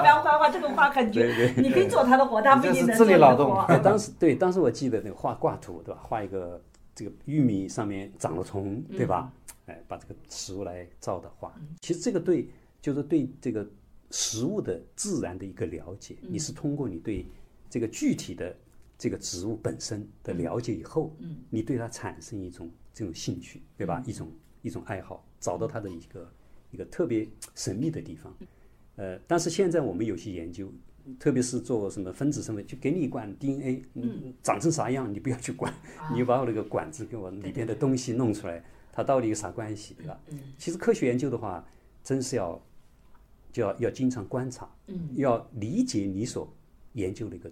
然画画这个画很绝，
对
你可以做他的活，他不一定能做
这是自力
你的
劳动
活。
哎，当时对，当时我记得那个画挂图，对吧？画一个这个玉米上面长了虫，对吧？哎，把这个食物来照的画，其实这个对，就是对这个食物的自然的一个了解，你是通过你对这个具体的这个植物本身的了解以后，嗯，你对它产生一种这种兴趣，对吧？
嗯
一种一种爱好，找到它的一个一个特别神秘的地方。呃，但是现在我们有些研究，特别是做什么分子生物，就给你一管 DNA，嗯，长成啥样你不要去管，你把我那个管子给我里边的东西弄出来，它它到底有啥关系，对吧？
嗯
其实科学研究的话，真是要就要要经常观察，嗯，要理解你所研究的一个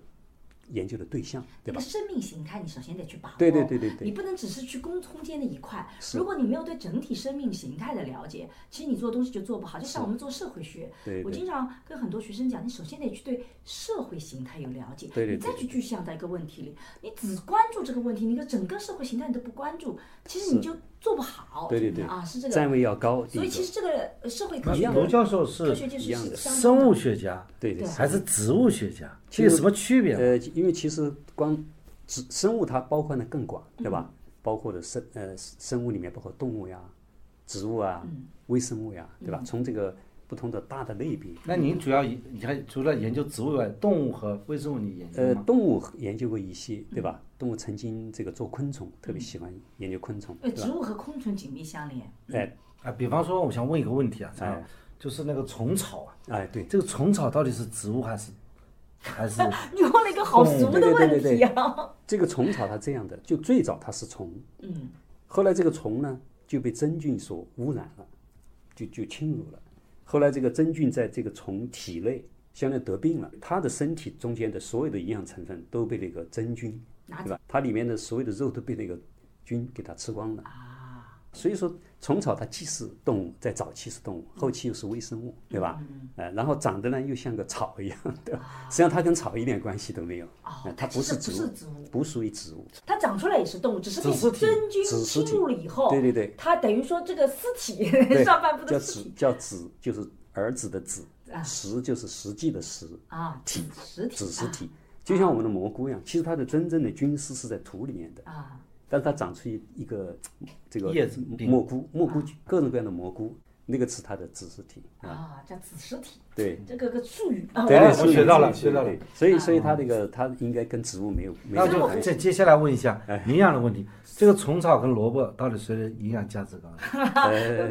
研究的对象，
一
对吧
个？生命形态，你首先得去把握。
对对对对对
你不能只是去攻空间的一块。
是
如果你没有对整体生命形态的了解，其实你做东西就做不好。就像我们做社会学，
对
我
对
经常跟很多学生讲，你首先得去对社会形态有了解，
对对
你再去具象在一个问题里。你只关注这个问题，你的整个社会形态你都不关注，其实你就做不好。
对对对
啊，是这
站
个。
位要高，第
所以
一
其
个
实这个呃社会科学
那
跟
卢教授
科
是
学技
一
术
样
是
的
相
生
关的
物学家
对对
对
还是植物学家，这有什么区别吗？
呃，因为其实光植生物它包括的更广，
嗯
对吧？包括的生呃生物里面包括动物呀、植物啊、
嗯
微生物呀，对吧？从这个不同的大的类别，
那您主要以你还除了研究植物以外，动物和微生物你研究
呃，
吗？
动物研究过一些，对
嗯
吧？动物曾经这个做昆虫，特别喜欢研究昆虫，
因为
对
嗯
吧？
呃植物和昆虫紧密相 连。
哎
啊，比方说，我想问一个问题啊，这样
哎
就是那个虫草啊，
哎，对，
这个虫草到底是植物还是还是
你问了一个好俗的问
对对对
题啊！
这个虫草它这样的，就最早它是虫，
嗯，
后来这个虫呢就被真菌所污染了，就就侵入了。后来这个真菌在这个虫体内相当于得病了，它的身体中间的所有的营养成分都被那个真菌，
拿
对吧？它里面的所有的肉都被那个菌给它吃光了。
啊
所以说，虫草它既是动物，在早期是动物，
嗯
后期又是微生物，对吧？呃，然后长得呢又像个草一样，对吧？实际上它跟草一点关系都没有，呃它不
哦其实
是
不啊
植
是
物
植物，
不属于植物。
它长出来也是动物，只是
子
被
实体
真菌
子实
侵
体
入了以后，
对对对
它等于说这个尸体
对
上半部
叫
的尸
子
体
叫子，就是儿子的子
啊，
实就是实际的实，
啊，
体
实体啊
子实体，就像我们的蘑菇一样，其实它的真正的菌丝是在土里面的，
啊，
但是它长出一一个这个
叶子柄
蘑
啊
菇，蘑菇各种各样的蘑菇，那个是它的子实体
啊
啊，
啊，叫子实体，
对。
这个个术语啊，
对
哦
对，
我
是的
学到
是
了
的
学到了
对所以，所以它这个，它应该跟植物没有 没有哎
那
关
就
系。
接接下来问一下营养的问题，这个虫草跟萝卜到底谁的营养价值高？啊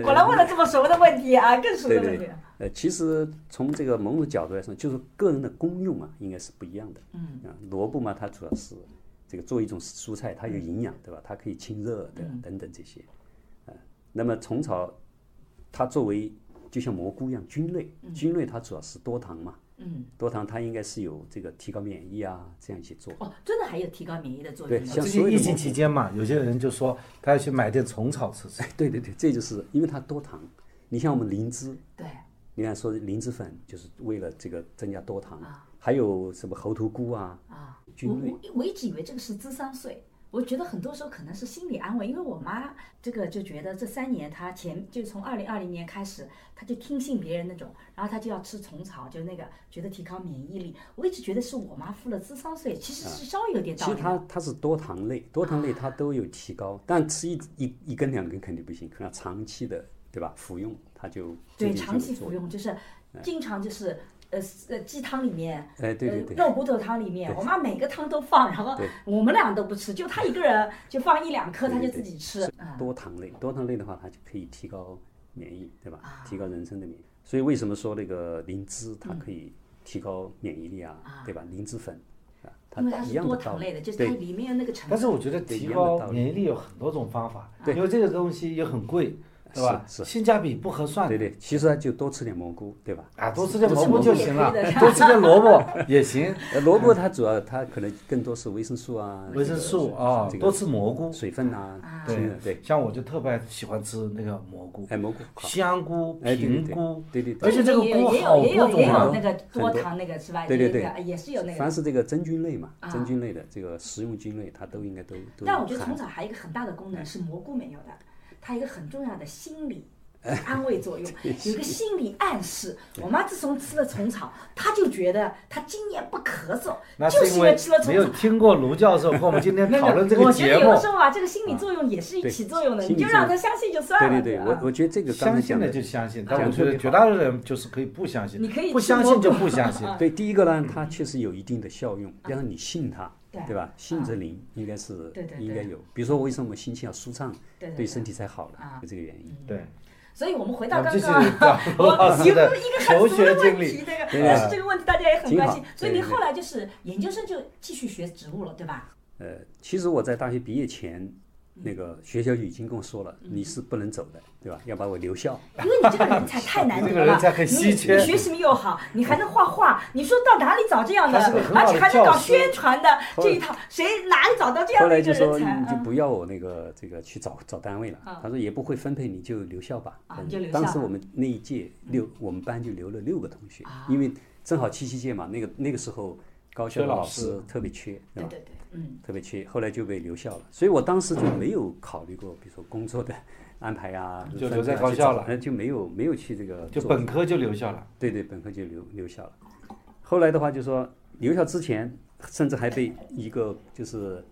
果然问了这么熟的问题啊，更熟的
对
问题
对。，呃，其实从这个某种角度来说，就是个人的功用啊，应该是不一样的。嗯，啊，萝卜嘛，它主要是这个做一种蔬菜，它有营养，对吧？它可以清热，对吧？等等这些，呃，那么虫草，它作为就像蘑菇一样菌类，菌类它主要是多糖嘛，嗯，多糖它应该是有这个提高免疫啊这样一些作用。
哦，真的还有提高免疫的作
对
用。
像
最
所有
近
的
疫情
蘑菇
期间嘛，有些人就说他要去买点虫草吃吃。
对对对，这就是因为它多糖。你像我们灵芝，
对，
你看说灵芝粉就是为了这个增加多糖，还有什么猴头菇啊
啊我
菌类
我我一直以为这个是智商税。我觉得很多时候可能是心理安慰，因为我妈这个就觉得这三年她前就从二零二零年开始，她就听信别人那种，然后她就要吃虫草，就那个觉得提高免疫力。我一直觉得是我妈付了智商税，其实是稍微有点道
啊
啊理
其实
的。
它它是多糖类，多糖类它都有提高，但吃一一一根两根肯定不行，可能要长期的对吧？服用它就
对，
对就
长
有
期
作
服
用。
用就是经常就是呃呃鸡汤里面，
哎，对对对，
呃肉骨头汤里面，我妈每个汤都放，然后
对
我们俩都不吃，就她一个人就放一两颗，
对
她就
对
自己吃。嗯
多糖类，多糖类的话，它就可以提高免疫，对吧？
啊
提高人参的免疫。所以为什么说那个灵芝它
嗯
可以提高免疫力啊？对吧？灵芝粉啊，它
因为它
一
是
样
多
的道
糖类的，
理。
就是
对
它里面有那个成
但
分。
是我觉得提高免疫力有很多种方法，因为这个东西也很贵，对吧？
是
性价比不合算的
对对，其实它就多吃点蘑菇，对吧？
啊，多吃点蘑菇就行了
多吃蘑菇也可以，的
多吃点萝卜也行，
呃，萝卜它主要它可能更多是维生素啊，
维生素啊
这，个
多吃蘑菇。
水分呐、
啊
对
对对，
像我就特别喜欢吃那个蘑菇，
哎，蘑菇好，
香菇、
哎对对
平
对
菇，
对对
而
对，
且这个
也
菇
有也有
好
也有
多
也
种
有
啊
那。个多
很多
糖那个是吧？
对对对
那个也是有那个
凡。是这个真菌类嘛，
啊
真菌类的这个食用菌类，它都应该都都
但我觉得
含
虫草还有一个很大的功能是蘑菇没有的，它有一个很重要的心理。安慰作用，有一个心理暗示。我妈自从吃了虫草，她就觉得她今年不咳嗽，
那
就是是
因
为
为
吃了
没
虫
有
草。
听过卢教授和我们 今天讨论这个
我觉
节
得
目
有的，时候啊，这个心理作用也是一起作用的，
对
你就
心理作用
让她相信就算
对
了。
对对，
吧
我我觉得这个刚才
相信
讲
的
的
就相信，但
讲得
我
特
觉得
别
绝
好
大部分人就是可以不相信，
你可以
不
吃
相
蘑
信就
菇
不 相信。
啊
对，第一个呢，它确实有一定的效用，加上你信它，
嗯对啊
对吧？信则灵，应该是
对对对
应该有。比如说，为什么心情要舒畅
对对，对啊
对身体才好呢？有这个原因。
对，
所以我们回
我
到
们
刚
继续
刚，啊
讲卢老
我
师
一个
的
一个
求
很俗
学
的问题
经历，。啊
那个
对
但是这个问题大家也很
挺
关
好
心，所以你
对对
后来就是研究生就继续学植物了，对吧？
呃，其实我在大学毕业前，
嗯
那个学校就已经跟我说了，你是不能走的，对吧？要把我留校。
因为你这个人才太难得了，
这个人才很稀缺
你你学习又好，你还能画画，你说到哪里找这样的
他是个很，好
而
的
且还能搞
教师
宣传的这一套，谁哪里找到这样
后
的
来
一个
就说
人
你
才？
就
啊
不要我那个这个去找找单位了
嗯，
他说也不会分配，你就留校吧呃
啊。你就留
当
校嗯
时
吧
我们那一届六，我们班就留了六个同学，
啊
因为正好七七届嘛，那个那个时候高校
缺
的
老
老
师
师特别缺，
对
对吧？
对对，嗯，
特别缺，后来就被留校了。所以我当时就没有考虑过，比如说工作的 安排啊，
就
分
留在
配啊
高
去
校
找
了
呃就没有没有去这个
就
做
本科就留校了。
对对，本科就留留校了。后来的话就说留校之前，甚至还被一个就是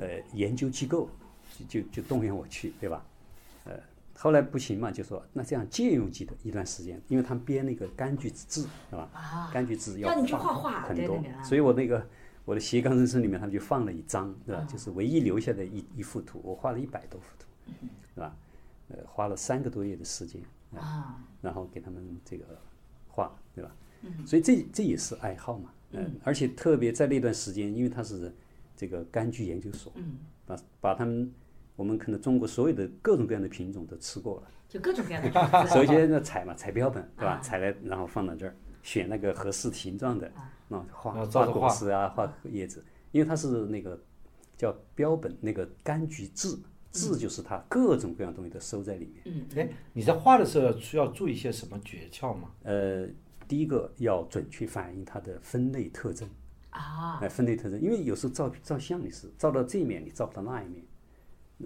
呃研究机构就就就动员我去，对吧？呃，后来不行嘛，就说那这样借用几段一段时间，因为他们编那个柑橘志，对吧？
啊
柑橘志
让你去画
画
画
很
对
多
那个，啊
所以我那个。我的斜杠人生里面，他们就放了一张，对
啊
吧？就是唯一留下的一一幅图，我画了一百多幅图，
嗯
对吧？呃，花了三个多月的时间，
啊，
然后给他们这个画，对吧？
嗯
所以这这也是爱好嘛，嗯，而且特别在那段时间，因为他是这个柑橘研究所，
嗯，
把把他们我们可能中国所有的各种各样的品种都吃过了，
就各种各样的 名字
首先呢采嘛，采标本，对吧
啊？
采来然后放到这儿，选那个合适形状的，那画
然
画
后照着
果
画
实啊，画叶子，因为它是那个叫标本，那个柑橘志，
嗯
志就是它各种各样东西都收在里面。
哎，你在画的时候要需要注意些什么诀窍吗？
呃，第一个要准确反映它的分类特征，
啊，
来分类特征，因为有时候照照相你是照到这一面，你照不到那一面，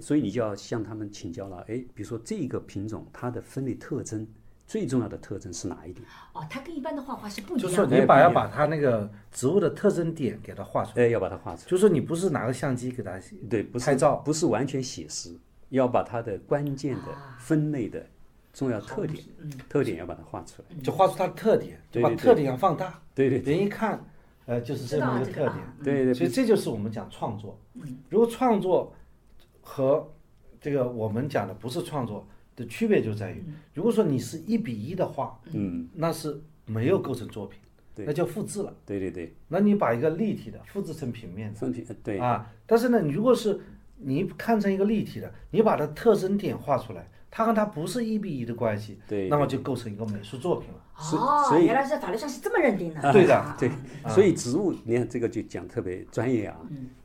所以你就要向他们请教了。哎，比如说这个品种它的分类特征最重要的特征是哪一点？
哦，它跟一般的画画是不一
就
样
说
的。
哎
你把要把它那个植物的特征点给它画出来，
哎，要把它画出
就说你不是拿个相机给它
来。对，不是
拍照
不是完全写实，要把它的关键的分类的重要特点，特点要把它画出来。
就画出它的特点，就
嗯对
把
对对
特点要放大，
对对
人一看，呃，就是这
知道
么一
了
个
这
特
个
点。
啊，
对对，嗯
所以这就是我们讲创作。如果创作和这个我们讲的不是创作的区别就在于，如果说你是一比一的画，
嗯，
那是没有构成作品，
对
那叫复制了。
对对对，
那你把一个立体的复制成平面的，
分品呃对
啊，但是呢，你如果是你看成一个立体的，你把它特征点画出来，它和它不是一比一的关系，
对
那么就构成一个美术作品了。
所以
哦，
所以
原来是在法律上是这么认定的。
对的
啊嗯
对，所以植物，你看这个就讲特别专业啊。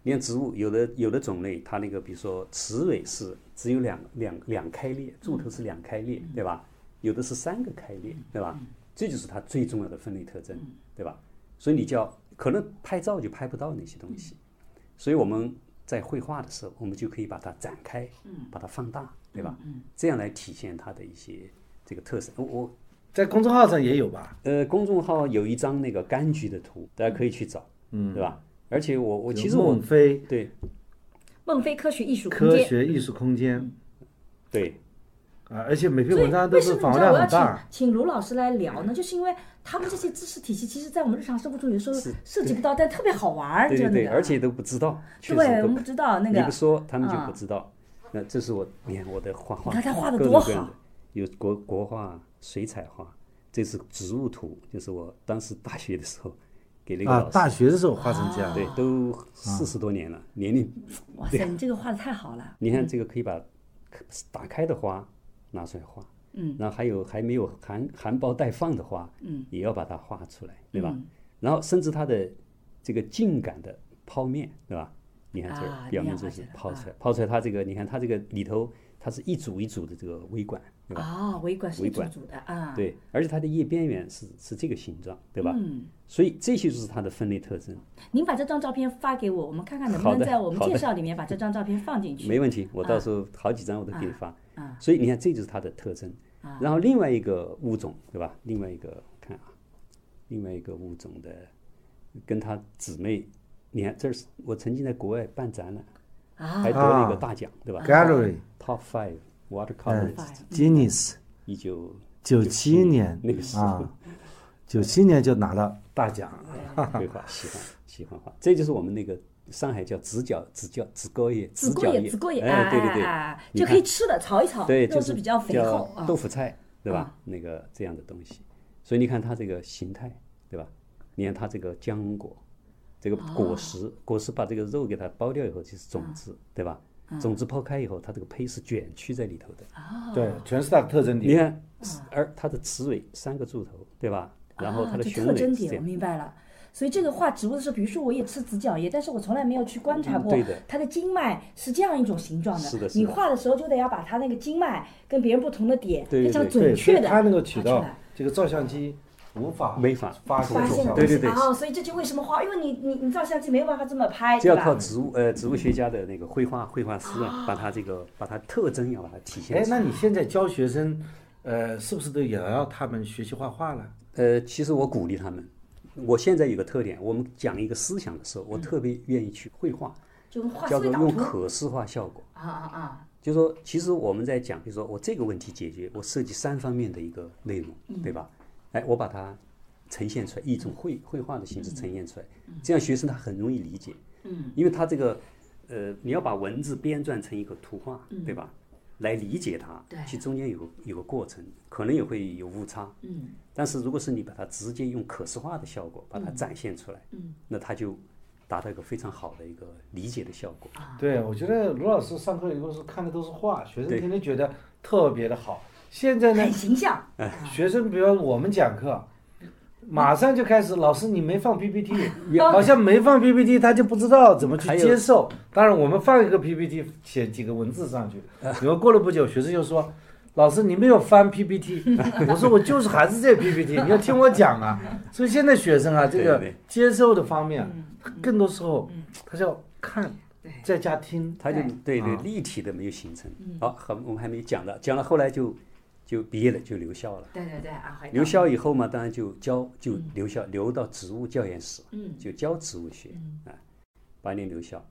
你看植物，有的有的种类，它那个比如说雌蕊是只有两两两开裂，柱头是两开裂，
嗯
对吧？有的是三个开裂，对吧？这就是它最重要的分类特
嗯
征，对吧？所以你就要可能拍照就拍不到那些东西，
嗯
所以我们在绘画的时候，我们就可以把它展开，
嗯
把它放大，对吧？这样来体现它的一些这个特色。我我
在公众号上也有吧？
呃，公众号有一张那个柑橘的图，大家可以去找，嗯，对吧？而且我我其实我
孟非
对
孟非科学艺术空
科
间。
学艺术空间
对
啊，而且每篇
所以
文章都是访问量
为
很
什么你知道我要
大。
请请卢老师来聊呢？就是因为他们这些知识体系，其实在我们日常生活中有时候涉及不到，但特别好玩儿，
对
就
对
那
对，
个
而且都不知道，确
啊对
实
我
都
们不知道那
你
个
不说他们就不
嗯
知道。那这是我你看我的画画，
你看他画得
各种
多
各样
好
的，有国国画、水彩画，这是植物图，就是我当时大学的时候给那个
啊
老，师，
大学的时候画成这样，
对，都四十多年了，年龄
哇塞，你这个画的太好了，
你看这个可以把打开的花拿出来画，嗯，然后还有还没有含含苞待放的花，嗯，也要把它画出来，对吧？然后甚至它的这个茎杆的剖面，对吧？你看这
啊
儿表面
你要画
就是
起来
泡出来，泡出来它这个，你看它这个里头，它是一组一组的这个微管， 对吧？
啊，维管是一
维
组
管
组的啊，
对，而且它的叶边缘是是这个形状，对吧？嗯，所以这些就是它的分类特征，
您把这张照片发给我，我们看看能不
好
能
的
在我们
好
介
的
绍里面把这张照片放进去。
没问题，我到时候好几张我都给你发。所以你看，这就是它的特征。然后另外一个物种，对吧？另外一个看啊，另外一个物种的跟它姊妹，你看这儿是我曾经在国外办展览，还得了一个大奖，对吧
Gallery
？Top Five Watercolor，
Genius，
一九
九七年
那个时候
啊，九七年就拿了大奖。
绘 画，喜欢喜欢画，这就是我们那个上海叫直角直角直沟叶，
子
角
过
叶
也，子过也，
哎，对对
哎
对，
哎哎
你
就
看
可以吃了，炒一炒，
对，
哦肉
就
质
是
比较肥
叫
厚啊
豆。腐菜，对吧？那个这样的东西，所以你看它这个形态，对吧？你看它这个
啊
浆果，这个果实，果实把这个肉给它剥掉以后就是种子，对吧？
啊
种子抛开以后，它这个胚是卷曲在里头的。
哦，
对，全是它的特征
你
点。
啊
看，而它的雌蕊三个柱头，对吧？然后它的
啊
嗯
这
雄
特
蕊
征
是这
点，我
样。
明白了。所以这个画植物的时候，比如说我也吃紫角叶，但是我从来没有去观察
嗯
过
对的
它的经脉是这样一种形状的。
是的是
你
的
画的时候就得要把它那个经脉跟别人不同的点
对对
非常
对
准
对，所
确
以
的
它能够起
画出
到
来。
这个照相机无法
没法
发
发现
现
的
的
对
东西
对对
哦，所以这就为什么画，因为你你你照相机没有办法这么拍，
这要靠
吧？
植物呃植物学家的那个绘画绘画师啊，把它这个把它特征要把它体现
哎，
出来。
那你现在教学生，呃，是不是都也要他们学习画画了？
呃，其实我鼓励他们。我现在有个特点，我们讲一个思想的时候，我特别愿意去绘画，
就嗯画思
叫
维
做
导
用
图
可视化效果。
啊啊啊！
就说其实我们在讲，比如说我这个问题解决，我设计三方面的一个内容，对吧？哎，我把它呈现出来，以一种绘绘画的形式呈现出来，这样学生他很容易理解。嗯，因为他这个呃，你要把文字编撰成一个图画，对吧？来理解它，
对
其实中间有个有个过程，可能也会有误差。
嗯，
但是如果是你把它直接用可视化的效果把它展现出来，嗯，那它就达到一个非常好的一个理解的效果。
对，我觉得卢老师上课以后是看的都是画，学生
对
天天觉得特别的好。现在呢
很，形象，
学生比方我们讲课，马上就开始，老师你没放 PPT，
啊
好像没放 PPT，他就不知道怎么去
还有
接受。当然，我们放一个 PPT，写几个文字上 去。然后过了不久，学生就说：“老师，你没有翻 PPT。” 我说：“我就是还是这 PPT，你要听我讲啊。”所以现在学生啊，这个
对嗯对
接受的方面，啊更多时候他是要看
对，
在家听。
它就对嗯对
啊
立体的没有形成。好，很我们还没讲到，讲了后来就就毕业了，就留校了。
对对对啊，
留校以后嘛，当嗯然就教就留校，留到植物教研室，
嗯
就教植物学啊，八年留校。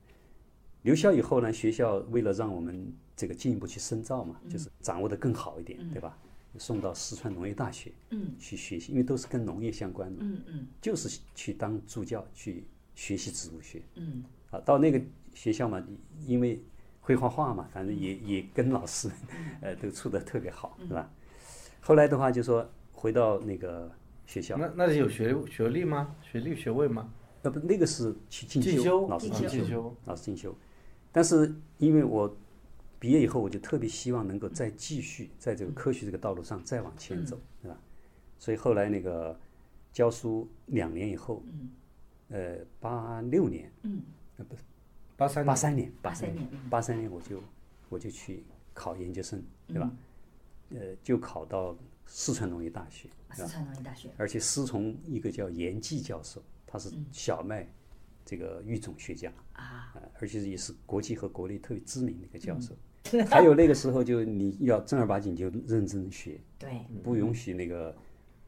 留校以后呢，学校为了让我们这个进一步去深造
嗯
嘛，就是掌握的更好一点，对吧？送到四川农业大学，
嗯，
去学习，因为都是跟农业相关的，
嗯嗯
就是去当助教去学习植物学。
嗯，
啊，到那个学校嘛，因为会画画嘛，
嗯
反正也也跟老师， 呃，都处得特别好，是吧？后来的话就说回到那个学校，
那那是有学学历吗？学历学位吗？啊
那不那个是去进
进修
老师
进
进
修进修，
老师进修。但是因为我毕业以后，我就特别希望能够再继续在这个科学这个道路上再往前走，对吧？所以后来那个教书两年以后，呃，八六年，
八三
八三年，嗯
83年，
八三年我就我就去考研究生，对吧？呃，就考到四川农业大学，
四川农业大学，
而且师从一个叫严济教授，他是小麦这个育种学家啊、而且也是国际和国内特别知名的一个教授。还有那个时候就你要正儿八经就认真学，
对，
不允许那个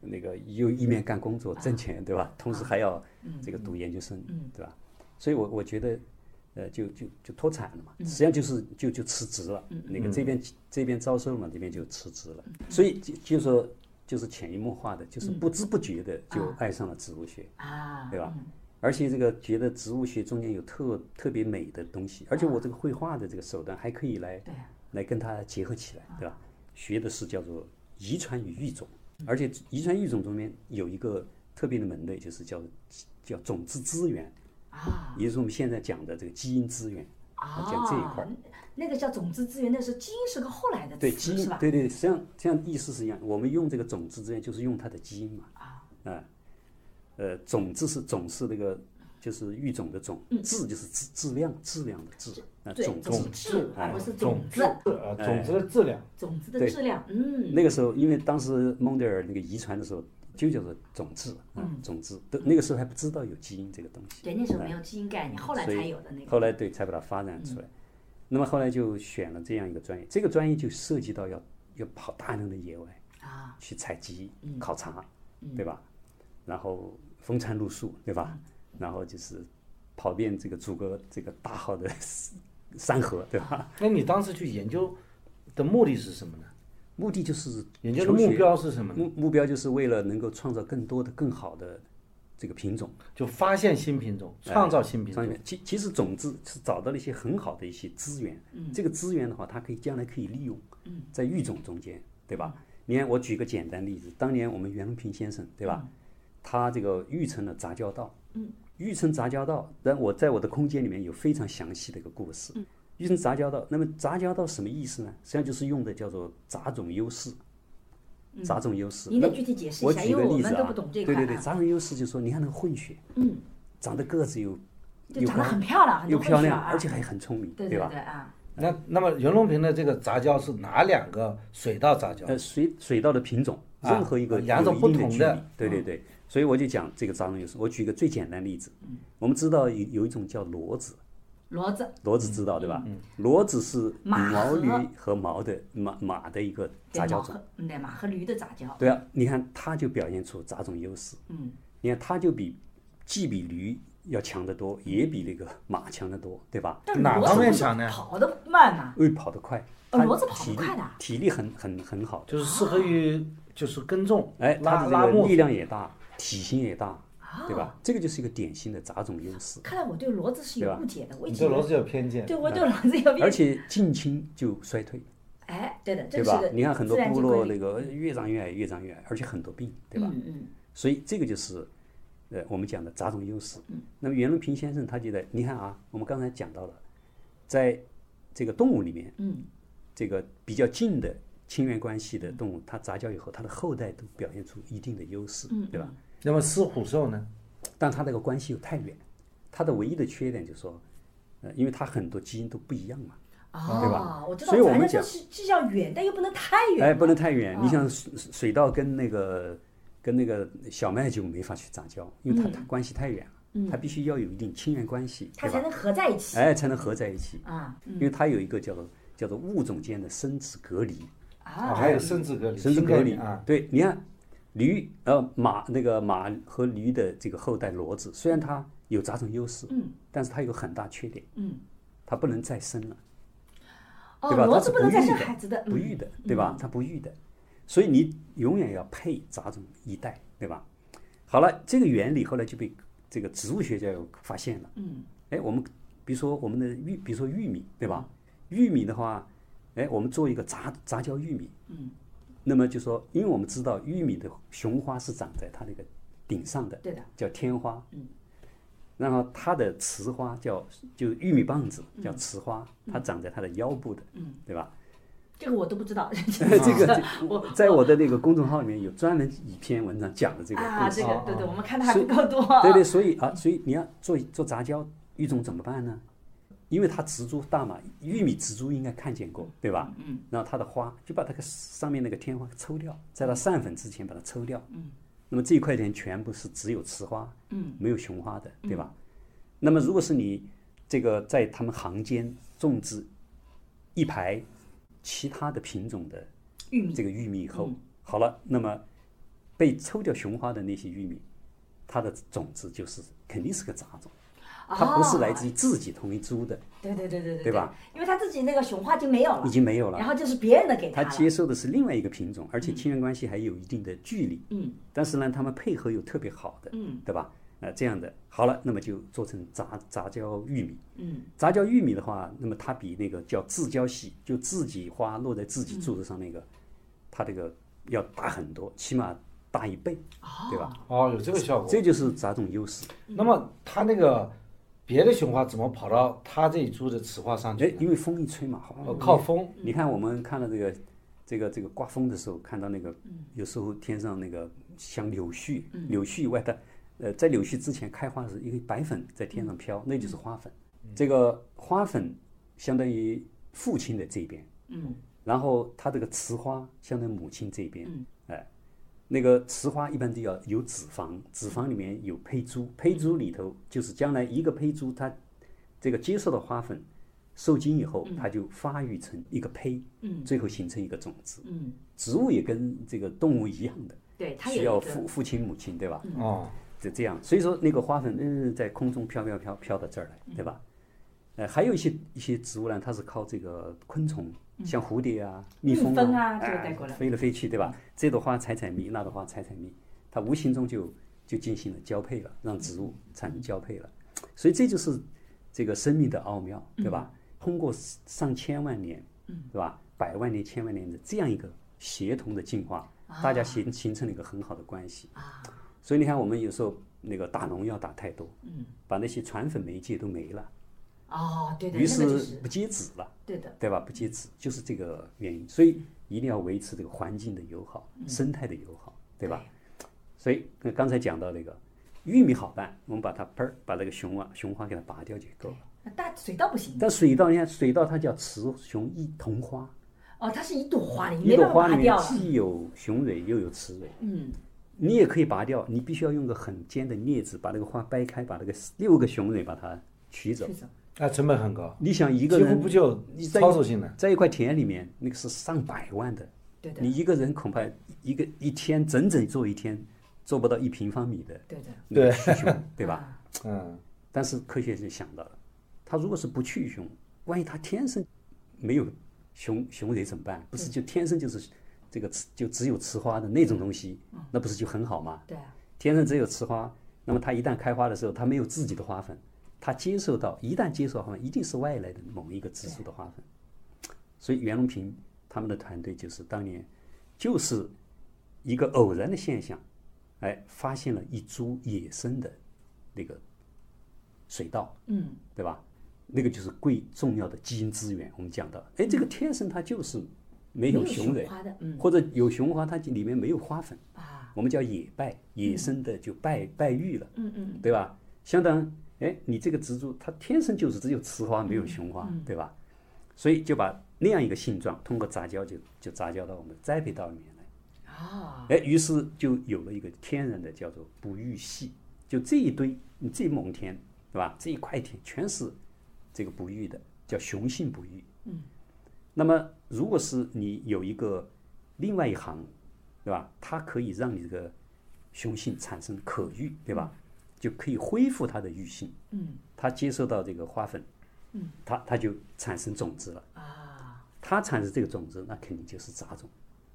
那个又一面干工作挣钱，对吧？同时还要这个读研究生，对吧？所以我我觉得，呃，就就就脱产了嘛，实际上就是就就辞职了。那个这边这边招收嘛，这边就辞职了。所以就就说就是潜移默化的，就是不知不觉的就爱上了植物学，
啊，
对吧？而且这个觉得植物学中间有特特别美的东西，而且我这个绘画的这个手段还可以来
对啊
来跟它结合起来，对吧？学的是叫做遗传与育种，而且遗传育种中间有一个特别的门类，就是叫叫种子资源，
啊
也就是我们现在讲的这个基因资源，
啊，
讲这一块儿。
那个叫种子资源，那是基因是个后来的
对
词
基因
是，吧？
对对，实际上实际上意思是一样。我们用这个种子资源，就是用它的基因嘛。啊，呃，种子是种是那个就是育种的种，质就是质质量质量的质，那
嗯对
种
种
子。
质而不是
种
种
质
子，
啊，种子的质量。
种子的
对
质量，嗯，
那个时候，因为当时蒙德尔那个遗传的时候，就叫做种子，嗯，种子。都那个时候还不知道有基因这个东西，
对，那时候没有基因概念，后来才
所以
有的那个，嗯
后来对才把它发展出来。那么后来就选了这样一个专业，这个专业就涉及到要要跑大量的野外
啊，嗯
去采集、考察，对吧？然后风餐露宿，对吧？
嗯
然后就是跑遍这个祖国这个大好的 山河，对吧？
那你当时去研究的目的是什么呢？
目的就是
研究的
求学
目标是什么呢？
目目标就是为了能够创造更多的、更好的这个品种，
就发现新品种，创造新品
哎创
种。
业其其实种子是找到了一些很好的一些资源，这个资源的话，它可以将来可以利用，在育种中间，对吧？你看，我举个简单例子，当年我们袁隆平先生，对吧？他这个育成了杂交稻，育成杂交稻，但我在我的空间里面有非常详细的一个故事，育成杂交稻，那么杂交稻什么意思呢？实际上就是用的叫做杂种优势，杂种优势。
你得具体解释一
我
下，
举
因
个
为我
例
们
子
都
啊
不懂，这一块、
对
啊。
对对，杂种优势就是说，你看那个混血，
嗯，
长得个子又
就
又
长得
高
很漂亮，很
又
多
漂
混血
亮，
儿啊
而且还很聪明，
对对
吧？
啊，
那那么袁隆平的这个杂交是哪两个水稻杂交？
呃，水水稻的品种，
啊
任何一个
两
有
种
一
不
定的
同
距
的嗯
离对对对。所以我就讲这个杂种优势。我举个最简单的例子，
嗯
我们知道有有一种叫骡子，
骡子
骡子知道对吧？骡子是
嗯马
毛
和
驴和毛的马马的一个
对
杂交
马
种。
和嗯对马和驴的杂交，
对啊，你看它就表现出杂种优势。
嗯，
你看它就比既比驴要强得多，也比那个马强得多，对吧？
但
哪
骡
方
子
面
不是
强呢
跑得慢呐，
又跑得快，
哦
它
骡子跑
体
得
力
快的啊
体力很很很好，
就是适合于就是耕种，
哎，它
拉
的
拉
这个
磨
力量也大，体型也大，对
啊
吧？这个就是一个典型的杂种优势，
看来我对骡子是有
对吧
误解的，我一
你
直
对
以为
骡子有偏见。
对我对骡子有偏见，
而且近亲就衰退，
哎，对的，这
对
个
吧
是个？
你看很多
自然
部
界
落
规律
那个呃越长越矮，越长越矮，而且很多病，对吧？
嗯嗯，
所以这个就是，呃，我们讲的杂种优势。那么袁隆平先生他觉得，你看啊，我们刚才讲到了，在这个动物里面，
嗯，
这个比较近的亲缘关系的动物，它杂交以后，它的后代都表现出一定的优势，对吧？
那么狮虎兽呢？
但它那个关系又太远，它的唯一的缺点就是说，呃，因为它很多基因都不一样嘛，对吧
哦，我知道，
所以我
反
们
正就
讲
是是要远，但又不能太远，啊
哎，不能太远。你像水水稻跟那个跟那个小麦就没法去杂交，因为它它关系太远了，它必须要有一定亲缘关系，
嗯它
对
才
吧？
能合在一起
哎，才能合在一起，
啊
因为它有一个叫做叫做物种间的生殖隔离，
啊，
还有生殖隔离，
生殖
亲
隔
隔
离
啊，。
对，你看驴呃马那个马和驴的这个后代骡子，虽然它有杂种优势，
嗯，
但是它有个很大缺点，
嗯，
它不能再生了。
哦，
对吧？它
骡
是
子不能再
育
生
的
孩子的，
不
嗯
育的，对吧？它不育的，所以你永远要配杂种一代，对吧？好了，这个原理后来就被这个植物学家有发现了。嗯，哎，我们比如说我们的玉，比如说玉米，对吧？玉米的话，哎，我们做一个杂杂交玉米，嗯，那么就说，因为我们知道玉米的雄花是长在它那个顶上的，
对的，
叫天花，嗯，然后它的雌花叫就玉米棒子叫雌花，它长在它的腰部的，嗯，对吧？
这个我都不知道， 这
这个
我
这在我的那个公众号里面有专门一篇文章讲的这个
啊，
故事
这。个对对，我们看的还
是
不够多啊，
对对，所以啊，所以你要做做杂交育种怎么办呢？因为它植株大嘛，玉米植株应该看见过，对吧？嗯。然后它的花就把它个上面那个天花抽掉，在它散粉之前把它抽掉。嗯。那么这一块田全部是只有雌花，嗯，没有雄花的，对吧？那么如果是你这个在他们行间种植一排其他的品种的
玉米
这个玉米嗯以后，好了，那么被抽掉雄花的那些玉米，它的种子就是肯定是个杂种，
啊
它不是来自于自己同一株的，
对对对对对
对吧？
因为他自己那个雄花已经没有了，
已经没有
啊然
了。
后就是别人的给
它
他
接
了，
受的是另外一个品种，而且亲缘关系还有一定的距离。
嗯，
但是呢，它们配合又特别好的，
嗯，
对吧？呃，这样的好了，那么就做成杂杂交玉米。
嗯，
杂交玉米的话，那么它比那个叫自交系，就自己花落在自己柱子上那个，
嗯
它这个要大很多，起码大一倍，对吧？
哦，有这个效果。
这就是杂种优势。
那么它那个别的雄花怎么跑到它这一株的雌花上
哎
去，呢？
因为风一吹嘛，好
哦靠风，
你看我们看到这个这个这个刮风的时候，看到那个有时候天上那个像柳絮，柳絮以外的，呃，在柳絮之前开花时，一个白粉在天上飘，那就是花粉。这个花粉相当于父亲的这边，
嗯，
然后它这个雌花相当于母亲这边，哎，那个雌花一般都要有脂肪，脂肪里面有胚珠，胚珠里头就是将来一个胚珠它这个接受到花粉受精以
嗯
后，它就发育成一个胚，最后形成一个种子。
嗯，
植物也跟这个动物一样的，
对他有
需
一
要
个嗯
父父亲母亲，对吧？
哦，
就这样，所以说那个花粉嗯在空中飘飘飘飘到这儿
嗯
来，对吧？呃，还有一些一些植物呢，它是靠这个昆虫，像蝴蝶啊、蜜蜂
嗯蜜蜂啊这个带
哎
过来
飞来飞去，对吧？这朵花采采蜜，那朵花采采蜜，它无形中就就进行了交配了，让植物产生交配了，所以这就是这个生命的奥妙，对吧？
嗯
通过上千万年，对吧？百万年、千万年的这样一个协同的进化，
啊
大家形形成了一个很好的关系。所
嗯
以你看，我们有时候那个打农药打太多，把那些传粉媒介都没了，
哦，对对，
于
那个就是
是不接旨了，
对的，
对吧？不接旨就是这个原因，所以一定要维持这个环境的友好、
嗯
生态的友好，对吧？所以那刚才讲到那个玉米好办，我们把它喷儿，把那个雄啊雄花给它拔掉就够了。
那大水稻不行
但水稻，你看水稻它叫雌雄异同花，
哦，它是一朵花，你
一
没
朵
办法
花
拔
里
掉
面
了。
既有雄蕊又有雌蕊，
嗯，
你也可以拔掉，你必须要用个很尖的镊子把那个花掰开，把那个六个雄蕊把它取走
是。什么？
啊，成本很高，
你想哎一个
几乎
人
不就
你在一
操作性的？
在一块田里面，那个是上百万的，
对的
你，一个人恐怕一个一天整整做一天，做不到一平方米的
对的，
那个去雄，对吧？
啊？
嗯，
但是科学是想到了，他如果是不去雄，万一他天生没有雄雄蕊怎么办？
嗯
不是就天生就是这个雌就只有雌花的那种东西，那不是就很好吗？
对啊，
天生只有雌花，那么它一旦开花的时候，它没有自己的花粉，它接受到一旦接受花粉，一定是外来的某一个植株的花粉。所以袁隆平他们的团队就是当年就是一个偶然的现象，哎，发现了一株野生的那个水稻，
嗯，
对吧？那个就是贵重要的基因资源。我们讲到，哎，这个天生它就是没有雄蕊，
花的，嗯
或者有雄花，它里面没有花粉。
啊，
我们叫野败，野生的就败败育了，
嗯嗯，
对吧？相当，哎，你这个植株它天生就是只有雌花
嗯
没有雄花，对吧？所以就把那样一个性状通过杂交就就杂交到我们的栽培稻里面来，
啊，
哎，于是就有了一个天然的叫做不育系，就这一堆你这一亩田，对吧？这一块田全是这个不育的，叫雄性不育。嗯，那么如果是你有一个另外一行，对吧？它可以让你这个雄性产生可育，对吧？就可以恢复它的育性。嗯，它接受到这个花粉，嗯，它它就产生种子了。
啊
它产生这个种子，那肯定就是杂种，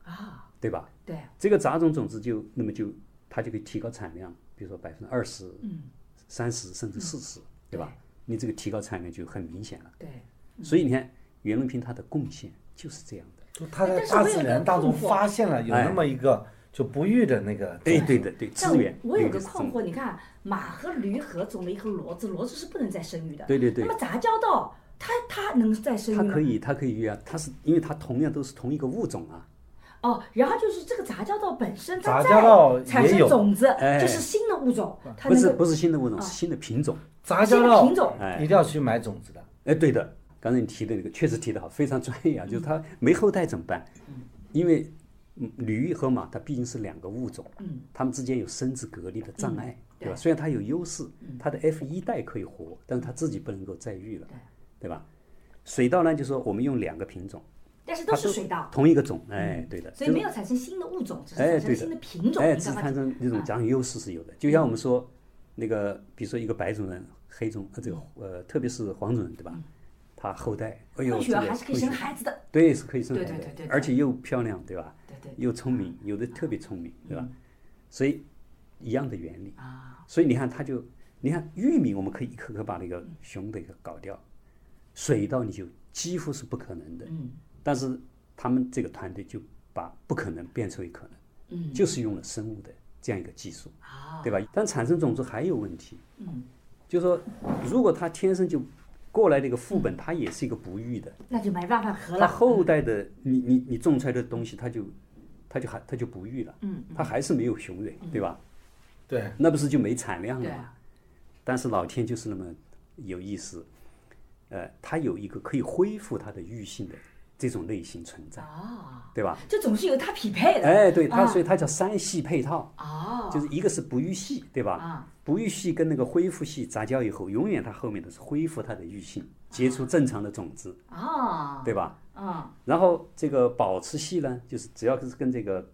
啊，
对吧？
对，
这个杂种种子就那么就它就可以提高产量，比如说百分之二十、三十甚至四十，对吧？你这个提高产量就很明显了。
对，
所以你看袁隆平他的贡献就是这样的。
就他在
哎但是我有
大自
个
然当中
困惑
发现了有那么一个就不育的那个，
哎对哎对的对，
但
资源。
我我有
那
个
是资
困
源
惑，你看马和驴合种了一头骡子，骡子是不能再生育的。
对对对
那么杂交稻，它它能再生育
它
吗？
可以，它可以育啊，它是因为它同样都是同一个物种啊，
哦，然后就是这个杂交稻本身，它
杂交稻
再产
也
生
有
种子，
哎
就是新的物种，它啊
不
能
是
够
不是新的物种，是新的品种。
杂交
新的
稻
品种
哎
一定要去买种子的。
哎，对的，刚才你提的那个确实提得好，非常专业啊，就是它没后代怎么办？因为嗯驴和马它毕竟是两个物种，它们之间有生殖隔离的障碍，对吧？虽然它有优势，它的 F 一代可以活，但是它自己不能够再育了，对吧？水稻呢，就说我们用两个品种，
但是
它
都是水稻，
同一个种，哎，对的，
所以
就是
没有产生新的物种，只是产
哎，
生
对的，
新的品种。
哎，
你
只
知
是
道吗
产生那
啊
种讲优势是有的。就像我们说，那个比如说一个白种人、黑种，呃，这个呃，特别是黄种人，对吧？他后代，哎
嗯
呦，
混血
这
儿
个
还是可以
混
生
血
孩子的。
对，是可以生孩
对
子
对对对
的，
对
而且又漂亮，对吧？
对对嗯
又聪明，有的特别聪明，对吧？所以一样的原理。
啊，
所以你看，它就你看玉米，我们可以一颗颗把那个雄的给搞掉，水稻你就几乎是不可能的。
嗯
但是他们这个团队就把不可能变成为可能，嗯，就是用了生物的这样一个技术，
啊，
对吧？但产生种子还有问题，
嗯，
就是说如果他天生就过来的一个副
嗯
本，它也是一个不育的，
那就没办法合
它
了。
后代的你你你种出来的东西，它就它就还它就不育了，嗯，它还是没有雄蕊，对吧？
对，
那不是就没产量
嗯对
了
啊
吗？但是老天就是那么有意思，呃，它有一个可以恢复它的育性的这种类型存在，
啊，
对吧？
就总是有它匹配的。
哎，对它，
啊
所以它叫三系配套，
哦，
就是一个是不育系，对吧
啊？
不育系跟那个恢复系杂交以后，永远它后面都是恢复它的育性，结出正常的种子，
啊，
对吧？
嗯
然后这个保持系呢，就是只要是跟这个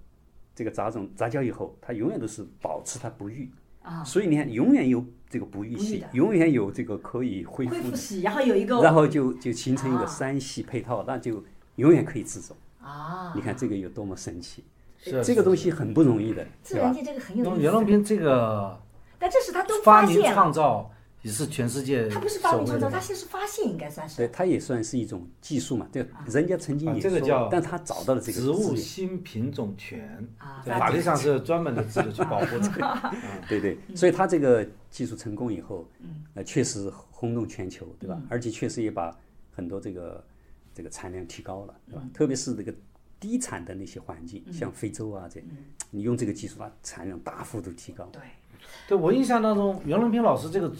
这个杂种杂交以后，它永远都是保持它不育，
啊，
所以你看，永远有这个不育
不育
系
的，
永远有这个可以恢
恢
复
复
的，
期，然后有一个
然后就就形成一
啊
个三系配套，那就永远可以自种。
啊
你，看这个有多么神奇！
是啊
这个东西很不容易的，
自
对
然
吧？
界这个很
那
有
么
意
袁隆
思。
平这个
但这是他都
发
发
明
现了，
创造也是全世界
他不是发
首
明
位
创
的
造，
吧
他现在是发现，应该算是。
对，它也算是一种技术嘛，对，人家曾经
啊
也
这个
说
叫
了，但他找到了这个
植物
资源
新品种权
啊
在法律上是有专门的制度去保护 这个。
对对，
嗯
所以他这个技术成功以后，呃，确实轰动全球，对
嗯
吧？而且确实也把很多这个这个产量提高了，
嗯
对吧？特别是这个低产的那些环境，像非洲啊这，
嗯
你用这个技术，把产量大幅度提高。
对，
对我印象当中，袁隆平老师这个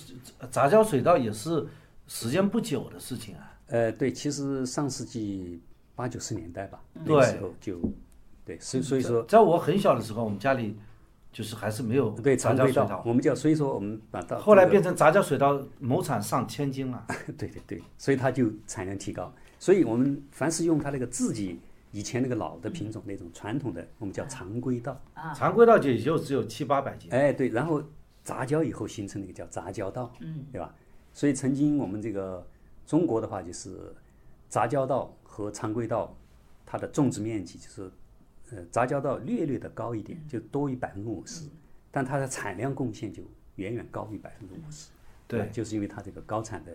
杂交水稻也是时间不久的事情啊。
呃，对，其实上世纪八九十年代吧，那
对
个时候就，对，
嗯
所以所以说
在我很小的时候，我们家里就是还是没有
对
杂
常
交
规
水
稻，
稻，
我们叫，所以说我们把稻
后来
这个
变成杂交水稻，亩产上千斤了。
对对对，所以它就产量提高。所以我们凡是用它那个自己以前那个老的品种那种传统的，我们叫常规稻。
啊
常规稻就也就只有七八百斤。
哎，对，然后杂交以后形成那个叫杂交稻，嗯，对吧？所以曾经我们这个中国的话，就是杂交稻和常规稻，它的种植面积就是，呃，杂交稻略略的高一点，就多于百分之五十，但它的产量贡献就远远高于百分之五十。啊
对，
就是因为它这个高产的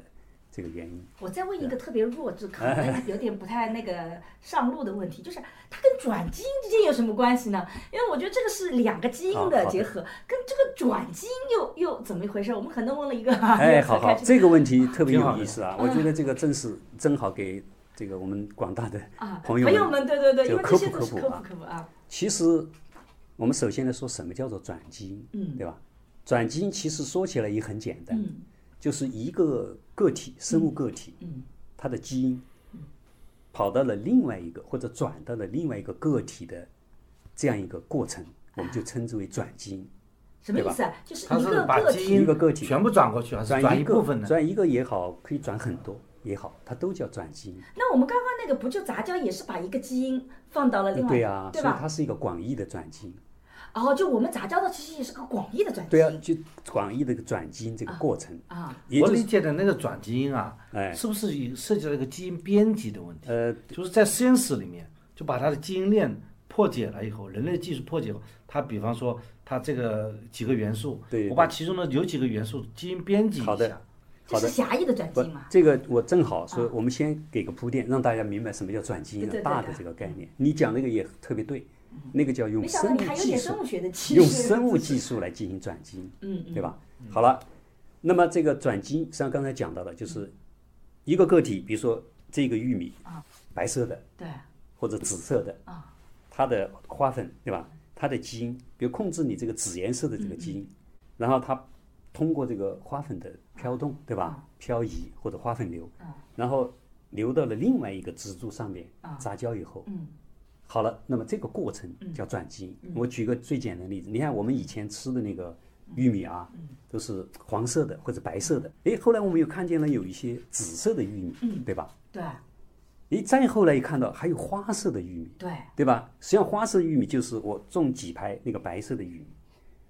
这个原因。
我再问一个特别弱智，可
哎
能有点不太那个上路的问题，就是它跟转基因之间有什么关系呢？因为我觉得这个是两个基因
好
的
好
结合，跟这个转基因又又怎么一回事？我们可能问了一个，
哎，好好，这个问题特别
挺好
有
的
意思啊！我觉得这个正是正好给这个我们广大的
啊，
朋
朋
友们。
们，对对对，因
这个
为这
科
些
普
都是
科
科
普
普科普啊，
其实我们首先来说什么叫做转基因，
嗯
对吧？转基因其实说起来也很简单，
嗯
就是一个个体生物个体，
嗯
它的基因跑到了另外一个或者转到了另外一个个体的这样一个过程，我们就称之为转基因。
什么
对吧
意思啊？就是
他
一
是
个
把
个
基
体
因
一个个体
全部转过去，还是
转
转一
个
部分呢？
转一个也好，可以转很多也好，它都叫转基因。
那我们刚刚那个不就杂交也是把一个基因放到了呃另外，
对啊，所以
吧？
它是一个广义的转基因。
哦，就我们杂交的其实也是个广义的转基
对
因
啊，就广义的这个转基因这个过程，
啊，
也
我
就
理
是
解的那个转基因啊，
哎
是不是也涉及到一个基因编辑的问题？
呃，
就是在实验室里面，就把它的基因链破解了以后，人类技术破解后，它比方说它这个几个元素，
对
我把其中的有几个元素基因编辑一
好的
下，
这是狭义的转基
不
因嘛？，啊
这个我正好说，我们先给个铺垫，让大家明白什么叫转基因
对对
的
对
大的这个概念。你讲那个也特别对，那个叫用
没想到
生
你还
物
有
技
点
术
生，物学的知识，
用生物技术来进行转基因，
嗯
对吧？好了，那么这个转基因，实际上刚才讲到了，
嗯
就是一个个体，比如说这个玉米，
啊
白色的，
对，
或者紫色的
啊，
它的花粉对吧？它的基因，比如控制你这个紫颜色的这个基因，然后它通过这个花粉的飘动对吧？漂移或者花粉流，然后流到了另外一个植株上面杂交以后，好了，那么这个过程叫转基因。我举个最简单的例子，你看我们以前吃的那个玉米啊，都是黄色的或者白色的，诶，后来我们又看见了有一些紫色的玉米，对吧？
对
诶，再后来一看到还有花色的玉米，
对，
对吧？实际上花色玉米就是我种几排那个白色的玉米，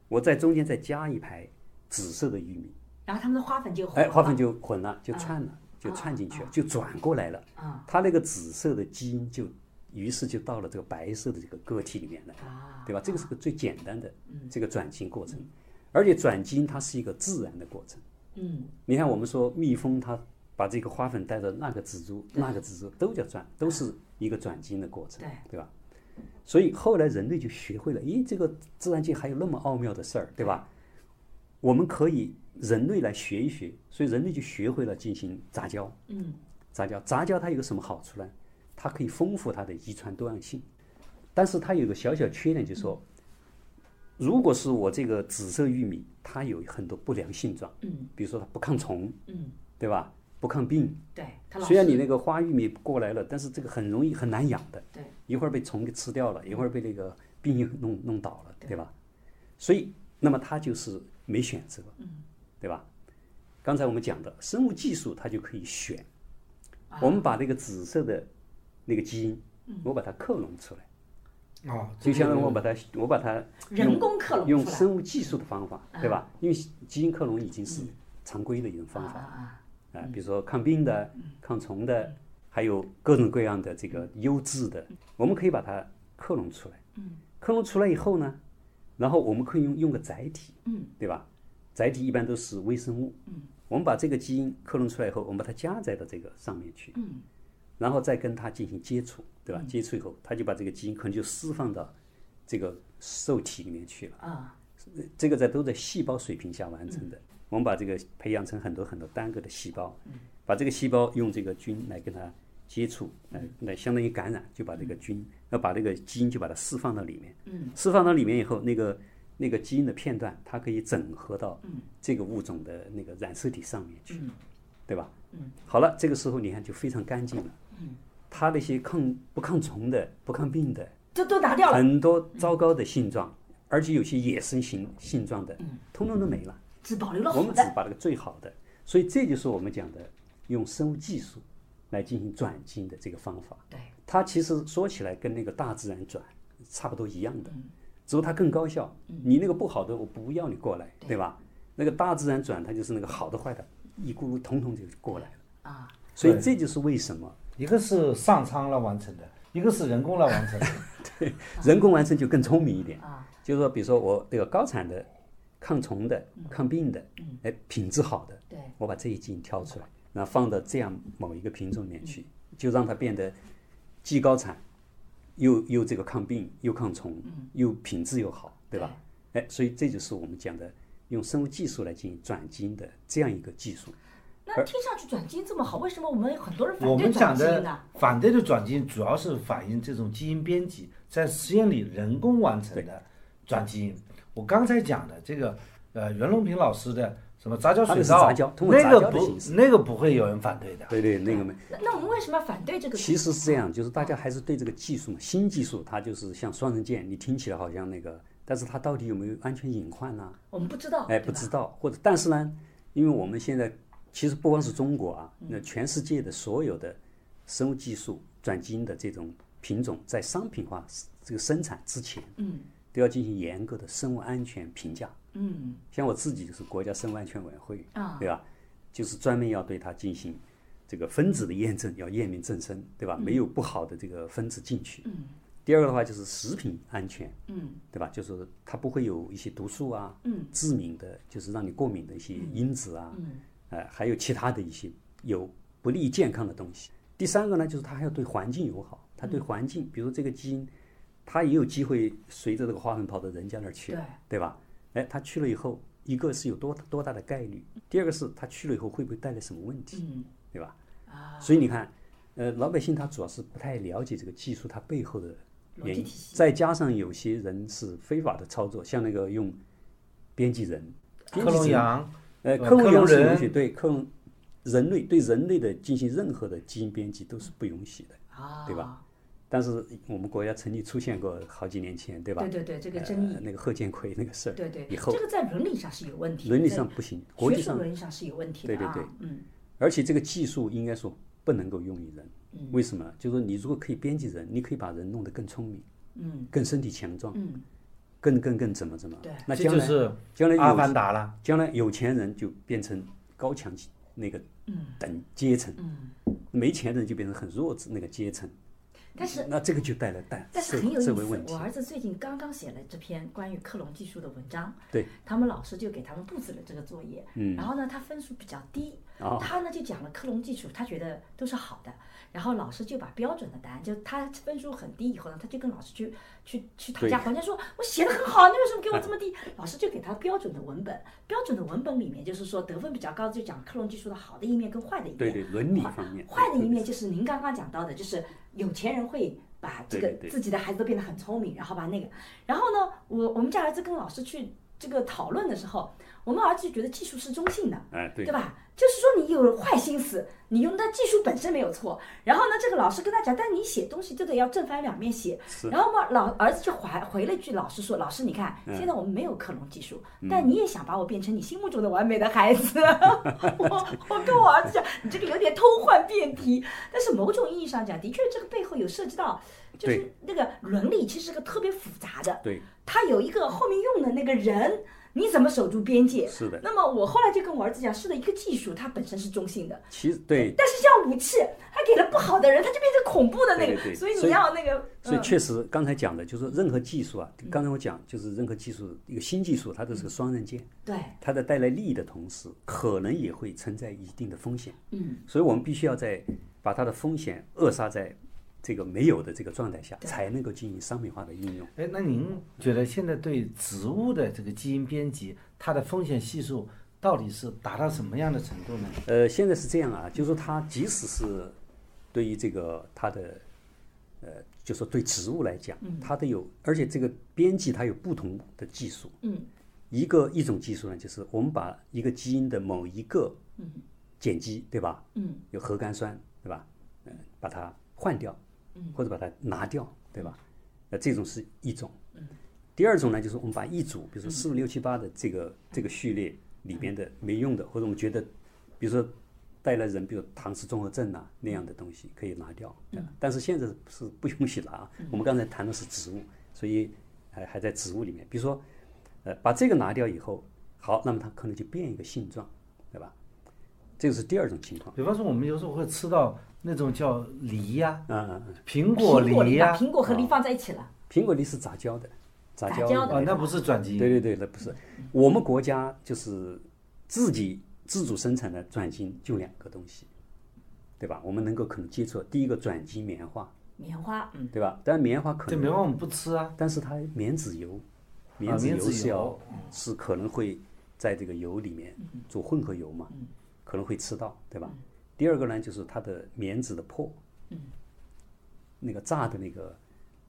我在中间再加一排紫色的玉米，
然后它们的花粉就
哎，花粉
就
就混了，就串了，就串进去了，就转过来了。它那个紫色的基因就，于是就到了这个白色的这个个体里面来，
啊
对吧？这个是个最简单的
嗯
这个转基因过程，而且转基因它是一个自然的过程。
嗯，
你看我们说蜜蜂它把这个花粉带到那个蜘蛛，那个蜘蛛都叫转，都是一个转基因的过程，
对
对吧？所以后来人类就学会了，咦，这个自然界还有那么奥妙的事儿，对吧？我们可以人类来学一学，所以人类就学会了进行杂交。嗯，杂交，杂交它有个什么好处呢？它可以丰富它的遗传多样性，但是它有个小小缺点，就是说，如果是我这个紫色玉米，它有很多不良性状，嗯，比如说它不抗虫，
嗯，
对吧？不抗病，
对，它老
虽然
是
你那个花玉米过来了，但是这个很容易很难养的，
对，嗯
一会儿被虫给吃掉了，一会儿被那个病给弄弄倒了，对吧？所以，那么它就是没选择，
嗯
对吧？刚才我们讲的生物技术，它就可以选。
啊
我们把那个紫色的那个基因，
嗯
我把它克隆出来，
哦，
就相当于
这
我
个
把它我把它
人工克隆
用
出来啊
生物技术的方法，对吧？因为基因克隆已经
嗯
是常规的一种方法了
啊
啊，比如说抗病的、抗虫的，还有各种各样的这个优质的，我们可以把它克隆出来。克隆出来以后呢，然后我们可以用用个载体，对吧？载体一般都是微生物，我们把这个基因克隆出来以后，我们把它加载到这个上面去，嗯，然后再跟它进行接触，对吧？接触以后，它就把这个基因可能就释放到这个受体里面去了
啊。
呃这个在都在细胞水平下完成的。我们把这个培养成很多很多单个的细胞，把这个细胞用这个菌来跟它接触，来来相当于感染，就把这个菌，要把这个基因就把它释放到里面。释放到里面以后，那个那个基因的片段，它可以整合到这个物种的那个染色体上面去，对吧？好了，这个时候你看就非常干净了。它那些抗不抗虫的、不抗病的，
就都拿掉了，
很多糟糕的性状，而且有些野生性性状的，通通都没了。
只保留了
我
嗯好
们只
的，
把那个最好的，所以这就是我们讲的用生物技术来进行转基因的这个方法。
对，
它其实说起来跟那个大自然转差不多一样
嗯
的，只不过它更高效。你那个不好的，我不要你过来，对吧？那个大自然转，它就是那个好的坏的，一咕噜统统就过来了
啊。
所以这就是为什么
一个是上苍来完成的，一个是人工来完成的。
人工完成就更聪明一点
啊，
就是说，比如说我那个高产的、抗虫的、抗病的，哎，品质好的，
对
我把这一基因挑出来，然后放到这样某一个品种里面去，就让它变得既高产，又又这个抗病，又抗虫，又品质又好，嗯对吧？哎，所以这就是我们讲的用生物技术来进行转基因的这样一个技术。
那听上去转基因这么好，为什么我们有很多人
我
反对
们
转
讲
基因
的
呢？
反对的转基因，主要是反映这种基因编辑在实验里人工完成的转基因。我刚才讲的这个，呃，袁隆平老师的什么杂交
他
水
们是
稻，
杂交通过
那
杂交
个
的
不
形式
那个不会有人反对的。
对对，那个没。
那那我们为什么要反对这个？啊
其实是这样，就是大家还是对这个技术嘛，新技术它就是像双刃剑，你听起来好像那个，但是它到底有没有安全隐患呢、
我们不知道，
哎，
对
不
吧
知道，或者但是呢，因为我们现在其实不光是中国啊，那全世界的所有的生物技术转基因的这种品种，在商品化这个生产之前，嗯，都要进行严格的生物安全评价。嗯，像我自己就是国家生物安全委员会，啊，对吧？就是专门要对它进行这个分子的验证，要验明正身，对吧？没有不好的这个分子进去。嗯。第二个的话就是食品安全，嗯，对吧？就是它不会有一些毒素啊，嗯，致敏的，就是让你过敏的一些因子啊，嗯，呃，还有其他的一些有不利于健康的东西。第三个呢，就是它还要对环境友好，它对
嗯
环境，比如说这个基因，它也有机会随着这个花粉跑到人家那儿去，
对
对吧？哎，它去了以后，一个是有多多大的概率，第二个是它去了以后会不会带来什么问题，
嗯
对吧？
啊
所以你看，呃，老百姓他主要是不太了解这个技术它背后的原因，再加上有些人是非法的操作，像那个用编辑人、
克隆羊，
呃，
呃
克隆
克
羊
隆
是
人
允许对克隆人类对人类的进行任何的基因编辑都是不允许的，
啊，
对吧？但是我们国家曾经出现过好几年前，对吧？
对对对，这个争
呃
议，
那个贺建奎那个事儿，
对对，
以后
这个在伦理上是有问题的，
伦理
在
上不行，国
学
际
术
上
伦理上是有问题的
对对
啊，
对
嗯，
而且这个技术应该说不能够用于人，
嗯
为什么呢？就是说你如果可以编辑人，你可以把人弄得更聪明，嗯，更身体强壮，嗯，更更更怎么怎么，
对
那
这
将
就
来
是
将来
阿
有
凡达了。
将来有钱人就变成高强那个
嗯
等阶层，没钱人就变成很弱智那个阶层，
但是
那这个就带来带
但是
社
很有意
社会问
思，
题
我。儿子最近刚刚写了这篇关于克隆技术的文章，
对，
他们老师就给他们布置了这个作业，嗯，然后呢，他分数比较低，
哦
他呢就讲了克隆技术，他觉得都是好的，然后老师就把标准的答案，就他分数很低以后呢，他就跟老师去去去讨价还价，说我写的很好，你为什么给我这么低？老师就给他标准的文本，标准的文本里面就是说得分比较高的就讲克隆技术的好的一面跟坏的一面，
对对，伦理方面，
坏的一面就是您刚刚讲到的，就是有钱人会把这个
对对对
自己的孩子都变得很聪明，然后把那个，然后呢，我我们家儿子跟老师去这个讨论的时候，我们儿子就觉得技术是中性的，
哎对
对吧？就是说你有坏心思，你用的技术本身没有错，然后呢，这个老师跟他讲，但你写东西这个要正反两面写。然后嘛，老儿子就还回了一句老师说：“老师，你看，
嗯
现在我们没有克隆技术，但你也想把我变成你心目中的完美的孩子。 我”我跟我儿子讲，你这个有点偷换辩题，但是某种意义上讲，的确这个背后有涉及到，就是
对
那个伦理其实是个特别复杂的。
对
他有一个后面用的那个人，你怎么守住边界？
是的，
那么我后来就跟我儿子讲，是的，一个技术它本身是中性的，
其实对，
但是像武器，它给了不好的人，它就变成恐怖的那个，
对对对
所以
所
你
以
要那个，
所以
嗯
确实刚才讲的就是说任何技术啊，刚才我讲就是任何技术一个新技术，它都是个双刃剑，
对，
它在带来利益的同时，可能也会存在一定的风险。
嗯，
所以我们必须要在把它的风险扼杀在这个没有的这个状态下，才能够进行商品化的应用。
哎，那您觉得现在对植物的这个基因编辑，它的风险系数到底是达到什么样的程度呢？
呃，现在是这样啊，就是说它即使是对于这个它的，呃，就说对植物来讲，
嗯
它都有，而且这个编辑它有不同的技术。
嗯，
一个一种技术呢，就是我们把一个基因的某一个碱基，对吧？
嗯，
有核苷酸，对吧？嗯、把它换掉，
嗯
或者把它拿掉，对吧？那这种是一种。
嗯
第二种呢，就是我们把一组，比如说四五六七八的这个这个序列里边的没用的，或者我们觉得，比如说带来人，比如唐氏综合症啊那样的东西可以拿掉，对
嗯
吧但是现在是不允许拿。啊我们刚才谈的是植物，所以还还在植物里面，比如说，呃，把这个拿掉以后，好，那么它可能就变一个性状，对吧？这个是第二种情况。
比方说，我们有时候会吃到那种叫梨呀、
嗯嗯嗯，
苹果
苹果
梨
梨
呀、
把苹果和梨放在一起了，
苹果梨是杂交的，杂
杂
交
交
啊，
的
那不是转基因。
对对对，那不是我们国家就是自己自主生产的转基因就两个东西，对吧？我们能够可能接触第一个转基因棉花，
棉花，嗯，
对吧？但棉花可
这棉
能，
花我们不吃啊。
但是它棉籽油，棉
啊
籽
棉
油
籽
是要
油
是可能会在这个油里面做混合油嘛，
嗯
可能会吃到，对吧？第二个呢，就是它的棉籽的破，
嗯
那个榨的那个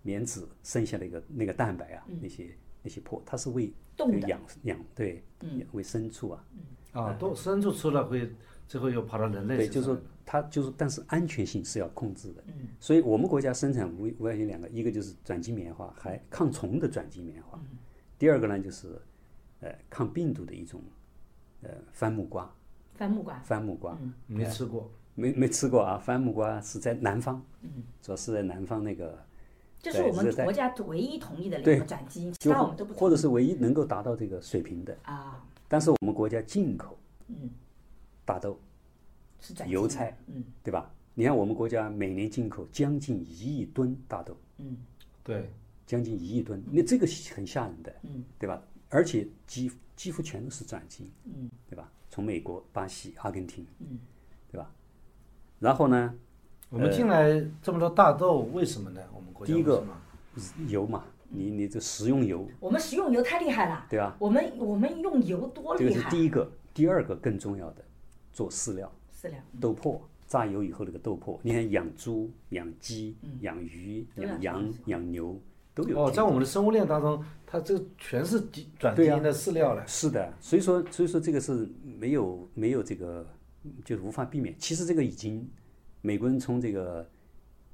棉籽剩下的一个那个蛋白啊，
嗯
那些那些破，它是为
动的
养养对，
嗯
养为牲畜啊，
啊，都牲畜吃了会，最后又跑到人类
对，
身上。
就是说它就是，但是安全性是要控制的。
嗯
所以我们国家生产无无外性两个，一个就是转基因棉花，
嗯
还抗虫的转基因棉花；第二个呢就是，呃，抗病毒的一种，呃，番木瓜，
番木瓜，嗯
番木瓜。
没吃过。
没没吃过啊，番木瓜是在南方，
嗯
主要是在南方那个
这是我
对
们
这在
国家唯一同意的
对
两个转基因，其
就
他我们都不
或
同
者
意
是唯一能够达到这个水平的，
啊，
但是我们国家进口，
嗯，
大豆、
是转基因
油菜，
嗯
对吧？你看我们国家每年进口将近一亿吨大豆，
嗯
呃
对，
将近一亿吨，那这个是很吓人的，
嗯，
对吧？而且几几乎全都是转基因，
嗯，
对吧？从美国、巴西、阿根廷，
嗯，
对吧？然后呢，
我们进来这么多大豆，为什么呢？我们国家
第一个
为什么
油嘛，你
嗯
你这食用油，
我们食用油太厉害了，
对吧？
我们我们用油多
这个
厉
是
害，
第一个，第二个更重要的，做饲料。
饲料，
豆粕，榨油以后那个豆粕，你看养猪、养鸡、
嗯
养鱼、
都
养
要
羊
种、
养牛都有
哦，
这
在
个
我们的生物链当中，它这个全是基转基
对呀
因的饲料了。
是的，所以说所以说这个是没有没有这个就是无法避免。其实这个已经美国人从这个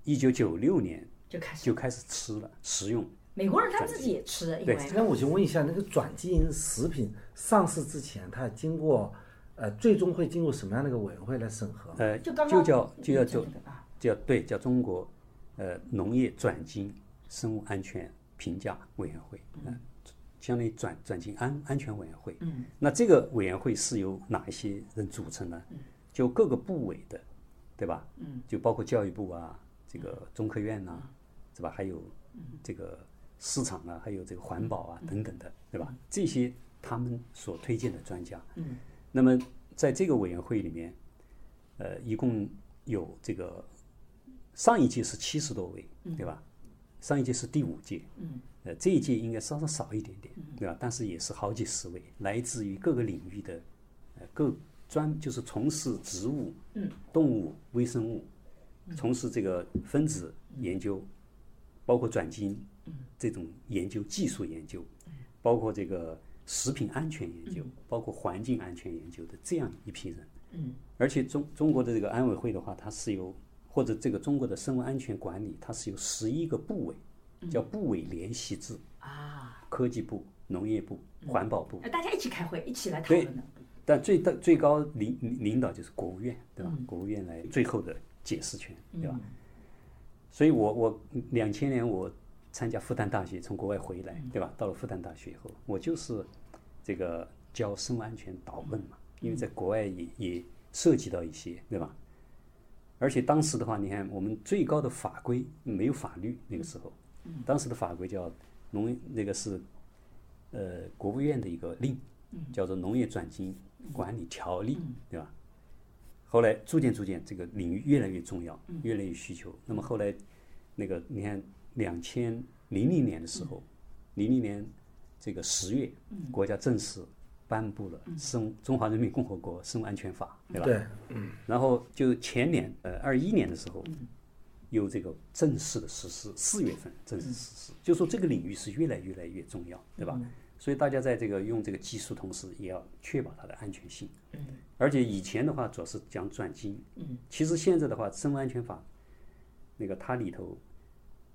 一九九六年
就开始
就开始吃了食用，
美国人他自己也吃，因
对啊
为
哎那我想问一下，那个转基因食品上市之前，它经过呃，最终会经过什么样的一个委员会来审核？
呃，
就刚刚
叫就要做
这个啊，
叫对叫中国呃农业转基因生物安全评价委员会，嗯、相当于转转基因安安全委员会。嗯，那这个委员会是由哪一些人组成呢？就各个部委的，对吧？嗯，就包括教育部啊，这个中科院呐、啊是吧？还有这个市场啊，还有这个环保啊等等的，对吧？这些他们所推荐的专家，嗯，那么在这个委员会里面，呃，一共有这个上一届是七十多位，对吧？上一届是第五届，嗯，呃，这一届应该稍稍少一点点，对吧？但是也是好几十位，来自于各个领域的，呃，各专就是从事植物、嗯、动物、微生物，从事这个分子研究，包括转基因这种研究、技术研究，包括这个食品安全研究，包括环境安全研究的这样一批人。嗯，而且中中国的这个安委会的话，它是由或者这个中国的生物安全管理，它是由十一个部委，叫部委联席制啊，科技部、农业部、环保部，
呃大家一起开会，一起来讨
对
论的，
但最大最高领领领导就是国务院，对吧？国务院来最后的解释权，对吧？所以我我两千年我参加复旦大学，从国外回来，对吧？到了复旦大学以后，我就是这个教生物安全导论嘛，因为在国外也也涉及到一些，对吧？而且当时的话，你看我们最高的法规没有法律，那个时候，当时的法规叫农那个是呃国务院的一个令，叫做《农业转型管理条例》，对吧？后来逐渐逐渐，这个领域越来越重要，越来越需求。那么后来，那个你看，两千零零年的时候，零零年这个十月，国家正式颁布了《生中华人民共和国生物安全法》，对吧？
对，
然后就前年，呃，二一年的时候，有这个正式的实施，四月份正式实施，就说这个领域是越来越来越重要，对吧？所以大家在这个用这个技术同时，也要确保它的安全性。而且以前的话主要是讲转基因，其实现在的话，生物安全法那个它里头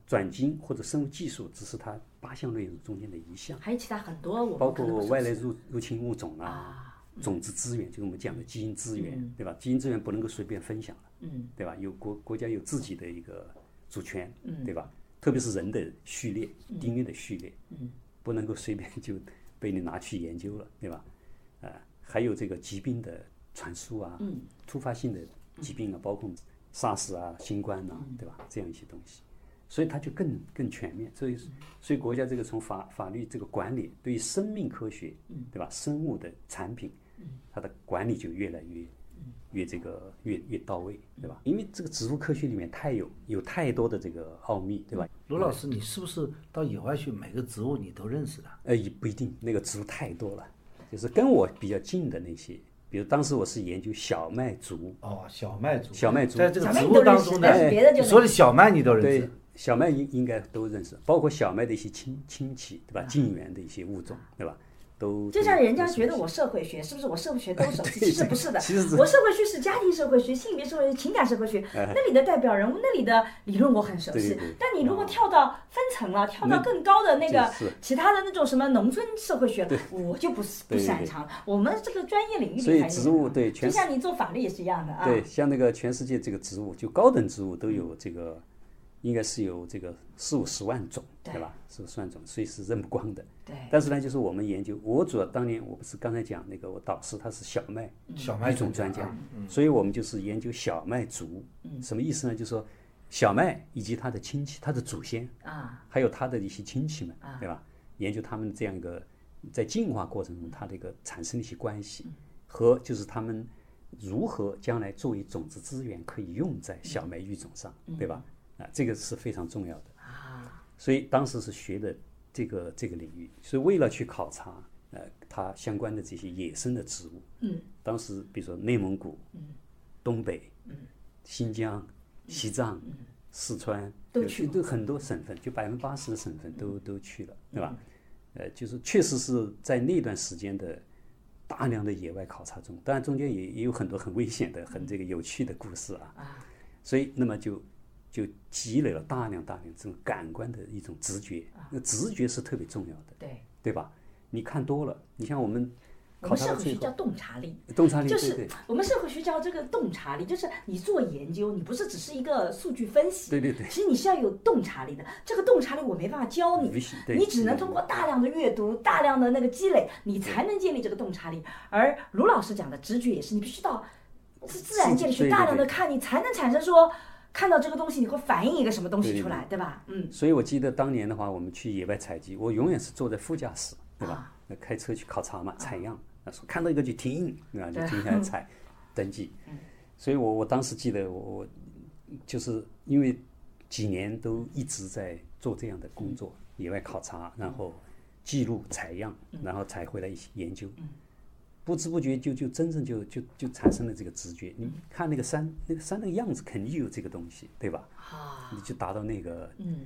转基因或者生物技术只是它八项内容中间的一项。
还有其他很多我
包
们可能
括
不
外
熟
来
悉啊嗯
入入侵物种啦、种子资源，就是我们讲的基因资源，对吧？基因资源不能够随便分享的，
嗯
对吧？有国国家有自己的一个主权，
嗯
对吧？特别是人的序列，DNA 的序列，
嗯
不能够随便就被你拿去研究了，对吧？呃，还有这个疾病的传输啊，
嗯
突发性的疾病啊，包括 SARS 啊、新冠呐、
嗯
对吧？这样一些东西。所以它就更更全面。所以，所以国家这个从法法律这个管理，对于生命科学，对吧？生物的产品，它的管理就越来越越这个越越到位，对吧？因为这个植物科学里面太有有太多的这个奥秘，对吧？
卢老师，你是不是到野外去每个植物你都认识的？
呃，也不一定，那个植物太多了，就是跟我比较近的那些，比如当时我是研究小麦族，
哦，小麦族，
小麦族
在这个
小麦
植
你都
物当
认识
中
但是
呢，
别的就
你
没
说的小麦你都认
对
识，，
小麦应应该都认识，包括小麦的一些亲亲戚，对吧？近缘的一些物种，对吧？都
就
都
像人家
都熟
觉得
悉
我社会学是不是我社会学都熟 悉？其实不是的，
其实是哎
我社会学是家庭社会学、性别社会学、情感社会学，那里的代表人物、那里的理论我很熟悉
对对对。啊
但你如果跳到分层了，跳到
那
更高的那个
这是
其他的那种什么农村社会学，我就不是不
对对对
擅长。我们这个专业领域
所以
里还是
植物对全
就是像你做法律也是一样的啊。嗯
对，像那个全世界这个植物，就高等植物都有这个，应该是有这个四五十万种，对
对
吧？四五十万种，所以是认不光的。
对
但是呢，就是我们研究，我主要当年我不是刚才讲那个，我导师他是小麦
嗯
小麦啊
育种
种
专家，所以我们就是研究小麦族，什么意思呢？就是说小麦以及它的亲戚、它的祖先
啊，
还有它的一些亲戚们，对吧？研究他们这样一个在进化过程中它的一个产生的一些关系，和就是他们如何将来作为种子资源可以用在小麦育种上，对吧？啊，这个是非常重要的。所以当时是学的这个这个领域，所以为了去考察呃它相关的这些野生的植物，嗯，当时比如说内蒙古，嗯，东北，嗯，新疆、西藏、四川，
嗯都
有
去嗯
都很多省份，就百分之八十的省份都都去了，对吧？呃，就是确实是在那段时间的大量的野外考察中，当然中间也也有很多很危险的、
嗯
很这个有趣的故事啊。所以那么就就积累了大量大量这种感官的一种直觉，
啊
那直觉是特别重要的，
对，
对吧？你看多了，你像我们
我
考
们
察
社
到
会学
最
叫
后，
洞察力。
洞察力
就
对对
是我们社会学叫这个洞察力，就是你做研究，你不是只是一个数据分析，
对对对
其实你是要有洞察力的。这个洞察力我没办法教你
必须，对
你只能通过大量的阅读、大量的那个积累，你才能建立这个洞察力。而卢老师讲的直觉也是，你必须到自自然界里
对
去
对
大量的
对
看，你才能产生说看到这个东西，你会反映一个什么东
对
西
对
出来，对吧？嗯，
所以我记得当年的话，我们去野外采集，我永远是坐在副驾驶，对吧？
啊
那开车去考察嘛，采样，那说看到一个就停，对吧？就停下 来采，登记。
嗯
所以我我当时记得我我就是因为几年都一直在做这样的工作，
嗯
野外考察，然后记录采样，然后采回来一些研究。不知不觉就就真正就就就产生了这个直觉，你看那个山，那个山那个样子肯定有这个东西，对吧？
啊
你就达到那个嗯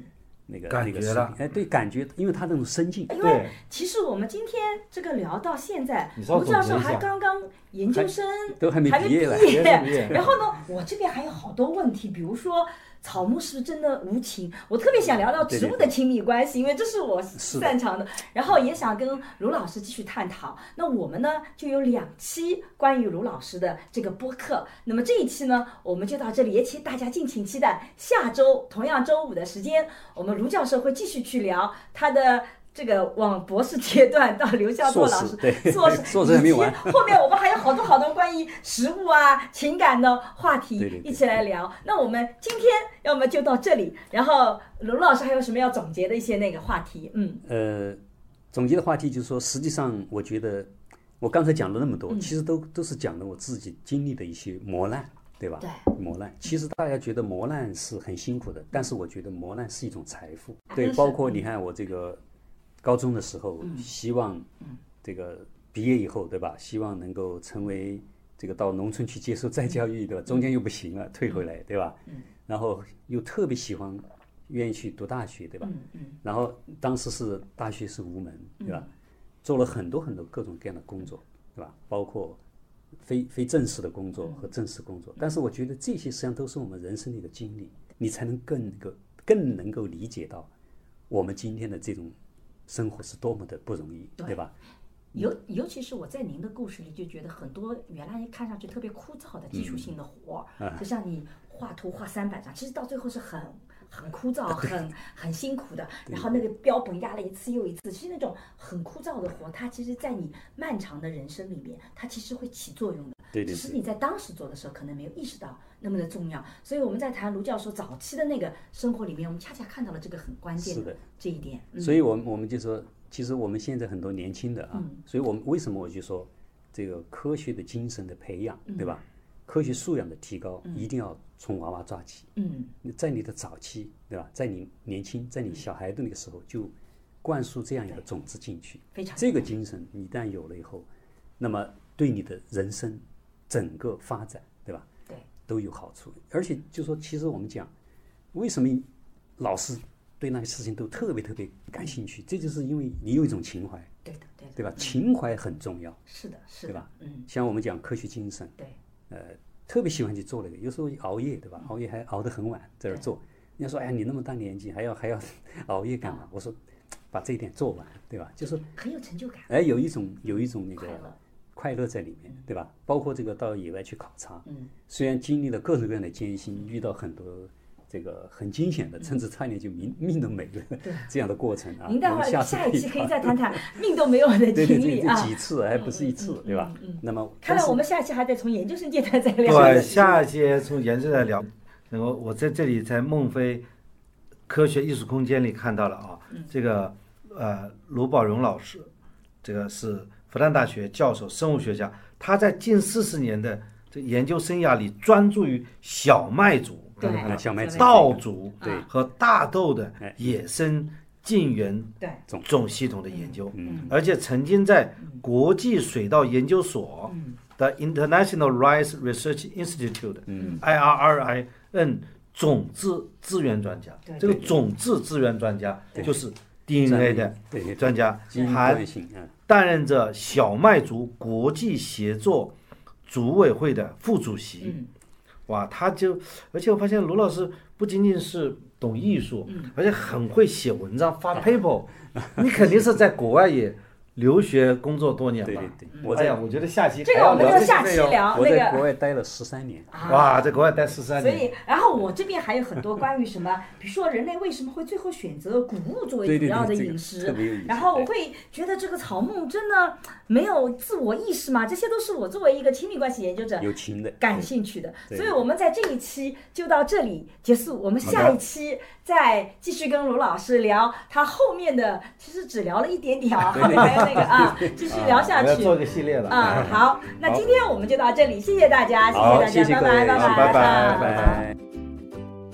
那个
感
那个
觉
视
了
频哎，对，感觉，因为它那种 深境，
因为
对
其实我们今天这个聊到现在，
你稍
卢
微
教授
总结一下
还刚刚研究生，
都还没
还没
毕业呢
还没毕业
然后呢，我这边还有好多问题，比如说草木是不是真的无情？我特别想聊聊
对对
植物
对
的亲密关系，因为这是我
是的
擅长的。然后也想跟卢老师继续探讨。那我们呢就有两期关于卢老师的这个播客。那么这一期呢，我们就到这里，也请大家敬请期待下周同样周五的时间，我们卢教授会继续去聊他的。这个往博士阶段到刘孝作
硕
老
士
师
对
硕士，
硕士还没完
以及后面我们还有好多好多关于食物啊、情感的话题
对对
一
对
起来聊。那我们今天要么就到这里，然后卢老师还有什么要总结的一些那个话题？嗯
呃，总结的话题就是说，实际上我觉得我刚才讲了那么多，
嗯
其实都都是讲的我自己经历的一些磨难，对吧？
对，
磨难。其实大家觉得磨难是很辛苦的，但是我觉得磨难是一种财富。
啊
对，
那是嗯
包括你看我这个高中的时候，希望这个毕业以后，对吧？希望能够成为这个到农村去接受
嗯
再教育，对吧？中间又不行了，退回来，对吧？然后又特别喜欢，愿意去读大学，对吧？
嗯嗯
然后当时是大学是无门，对吧？做了很多很多各种各样的工作，对吧？包括非非正式的工
嗯
作和正式工作。但是我觉得这些实际上都是我们人生的一个经历，你才能更能够更能够理解到我们今天的这种生活是多么的不容易，对吧？
尤
嗯
尤其是我在您的故事里，就觉得很多原来看上去特别枯燥的技
嗯
术性的活儿，
哎
就像你画图画三百张，其实到最后是很很枯 燥、很很辛苦的。
嗯
然后那个标本压了一次又一次，其实那种很枯燥的活，它其实，在你漫长的人生里面，它其实会起作用的。
对对
只是
对
你在当时做的时候，可能没有意识到那么的重要。所以我们在谈卢教授早期的那个生活里面，我们恰恰看到了这个很关键
是的
这一点。嗯
所以我们我们就说，其实我们现在很多年轻的啊，
嗯
所以我们为什么我就说这个科学的精神的培养，对吧？科学素养的提高，一定要从娃娃抓起。
嗯，
在你的早期，对吧？在你年轻，在你小孩的那个时候，就灌输这样一个种子进去。
非常
这个精神你一旦有了以后，那么对你的人生整个发展，对吧？
对，
都有好处。而且就说，其实我们讲，为什么老师对那些事情都特别特别感兴趣？这就是因为你有一种情怀，
对的，对的，
对吧？情怀很重要，
是的，是
对
的
吧，？
嗯，
像我们讲科学精神，
对。
呃，特别喜欢去做那个，有时候熬夜，对吧？熬夜还熬得很晚，在这儿做。人家说，哎呀，你那么大年纪还要还要 熬夜干
嗯
嘛？我说，把这一点做完，对吧？就是，
很有成就感，
哎，有一种有一种那个
快乐
快乐在里面，对吧？包括这个到野外去考察，
嗯，
虽然经历了各种各样的艰辛，遇到很多。这个很惊险的，甚至差点就命
嗯
命都没了，这样的过程啊。
您待
我
会
们
儿
下次
下一
以
期可以
谈
再谈 谈命都没有的
对
经
对
历
对，这
啊嗯
几。次还不是一次，对吧？那么，
看
但
来
是
我们下一期还得从研究生阶段再聊。
对，下一节从延伸来聊。然后我在这里在孟非科学艺术空间里看到了啊，
嗯
这个呃卢宝荣老师，这个是复旦大学教授、生物学家，他在近四十年的这研究生涯里，专注于小麦族、
对
刚才看到
哎小麦子
稻族
对
和大豆的
嗯哎
野生近缘
对，
种
种系统的研究，
嗯
而且曾经在国际水稻研究所的 International Rice Research Institute，
嗯
IRRIN 种子资源专家
对，
这个
对对
种子资源专家
对
就是
DNA
DNA 的
对对
专家
基因，
还
惯性，嗯，
担任着小麦族国际协作组委会的副主席。
嗯
哇，他就，而且我发现卢老师不仅仅是懂艺术，
嗯
而且很会写文章、发 paper。你 肯定是在国外也留学工作多年吧？
对对对，我在
哎呀，我觉得下期
这
还
个
要
我们
聊
就
这
下
些
期
内容。
聊
哎我
那
在
个
国外待了十三年，
啊
哇，在国外待十三
所
年，
以，然后我这边还有很多关于什 么，比如说人类为什么会最后选择谷物作为
对
主
对对
要的
这个
饮食，
特别有意思
然后我
对
会觉得这个草木真的没有自我意识嘛？这些都是我作为一个亲密关系研究者
有情的，
感
对
兴趣的，
对
所以我们在这一期就到这里结束，我们下一期再继续跟卢老师聊他后面的，其实只聊了一点点啊，后面 还有那个啊，继续聊下
我要做
去
一。个系列了。
啊、好，那今天我们就到这里，谢谢大家，
好，
谢大
谢
家，
各
拜
位，
拜，
好
拜
拜
拜
拜
拜。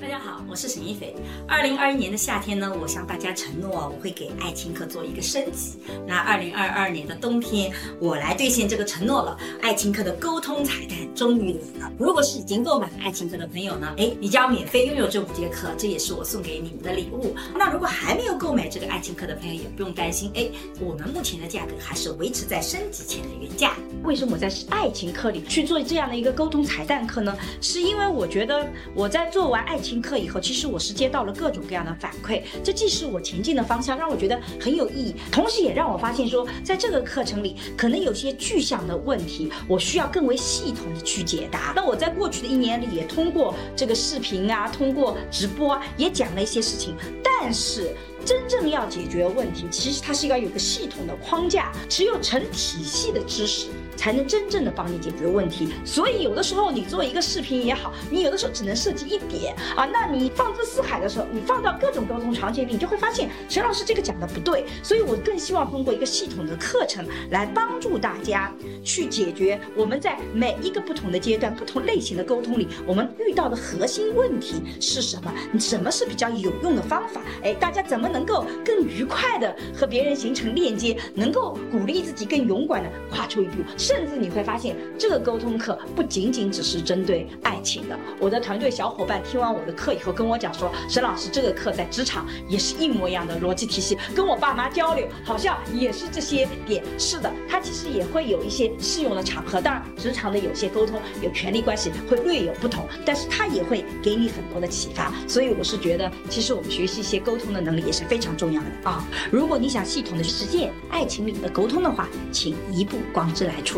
大家好，我是沈一菲。二零二一年的夏天呢，我向大家承诺啊，我会给爱情课做一个升级。那二零二二年的冬天，我来兑现这个承诺了。爱情课的沟通彩蛋终于来了！如果是已经购买了爱情课的朋友呢，哎，你将免费拥有这五节课，这也是我送给你们的礼物。那如果还没有购买这个爱情课的朋友，也不用担心，哎，我们目前的价格还是维持在升级前的原价。为什么我在爱情课里去做这样的一个沟通彩蛋课呢？是因为我觉得我在做完爱情课以后，其实我是接到了各种各样的反馈，这既是我前进的方向，让我觉得很有意义，同时也让我发现说，在这个课程里，可能有些具象的问题，我需要更为系统的去解答。那我在过去的一年里，也通过这个视频啊，通过直播啊，也讲了一些事情，但是真正要解决问题，其实它是要有个系统的框架，只有成体系的知识，才能真正的帮你解决问题。所以有的时候你做一个视频也好，你有的时候只能涉及一点啊，那你放之四海的时候，你放到各种沟通常见病，你就会发现沈老师这个讲的不对。所以我更希望通过一个系统的课程来帮助大家去解决我们在每一个不同的阶段、不同类型的沟通里，我们遇到的核心问题是什么？什么是比较有用的方法？哎，大家怎么能够更愉快的和别人形成链接，能够鼓励自己更勇敢的跨出一步？甚至你会发现，这个沟通课不仅仅只是针对爱情的。我的团队小伙伴听完我的课以后跟我讲说，沈老师这个课在职场也是一模一样的逻辑体系，跟我爸妈交流好像也是这些点。是的，它其实也会有一些适用的场合，当然职场的有些沟通有权利关系会略有不同，但是它也会给你很多的启发。所以我是觉得，其实我们学习一些沟通的能力也是非常重要的啊。如果你想系统的实践爱情里的沟通的话，请移步光之来处。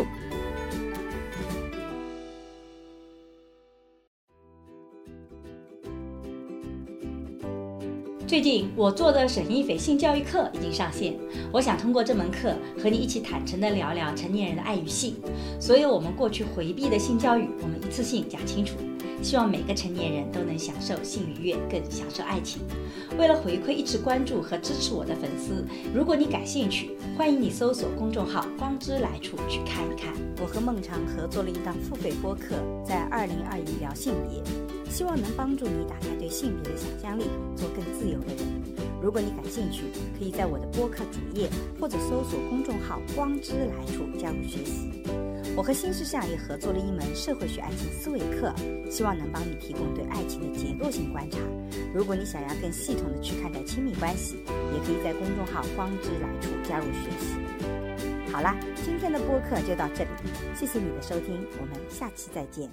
最近我做的沈一斐性教育课已经上线，我想通过这门课和你一起坦诚地聊聊成年人的爱与性，所有我们过去回避的性教育，我们一次性讲清楚。希望每个成年人都能享受性愉悦，更享受爱情。为了回馈一直关注和支持我的粉丝，如果你感兴趣，欢迎你搜索公众号“光之来处”去看一看。
我和孟常合作了一档付费播客，在二零二一聊性别，希望能帮助你打开对性别的想象力，做更自由的人。如果你感兴趣，可以在我的播客主页或者搜索公众号“光之来处”加入学习。我和新世相也合作了一门社会学爱情思维课，希望能帮你提供对爱情的结构性观察。如果你想要更系统的去看待亲密关系，也可以在公众号“光之来处”加入学习。好啦，今天的播客就到这里，谢谢你的收听，我们下期再见。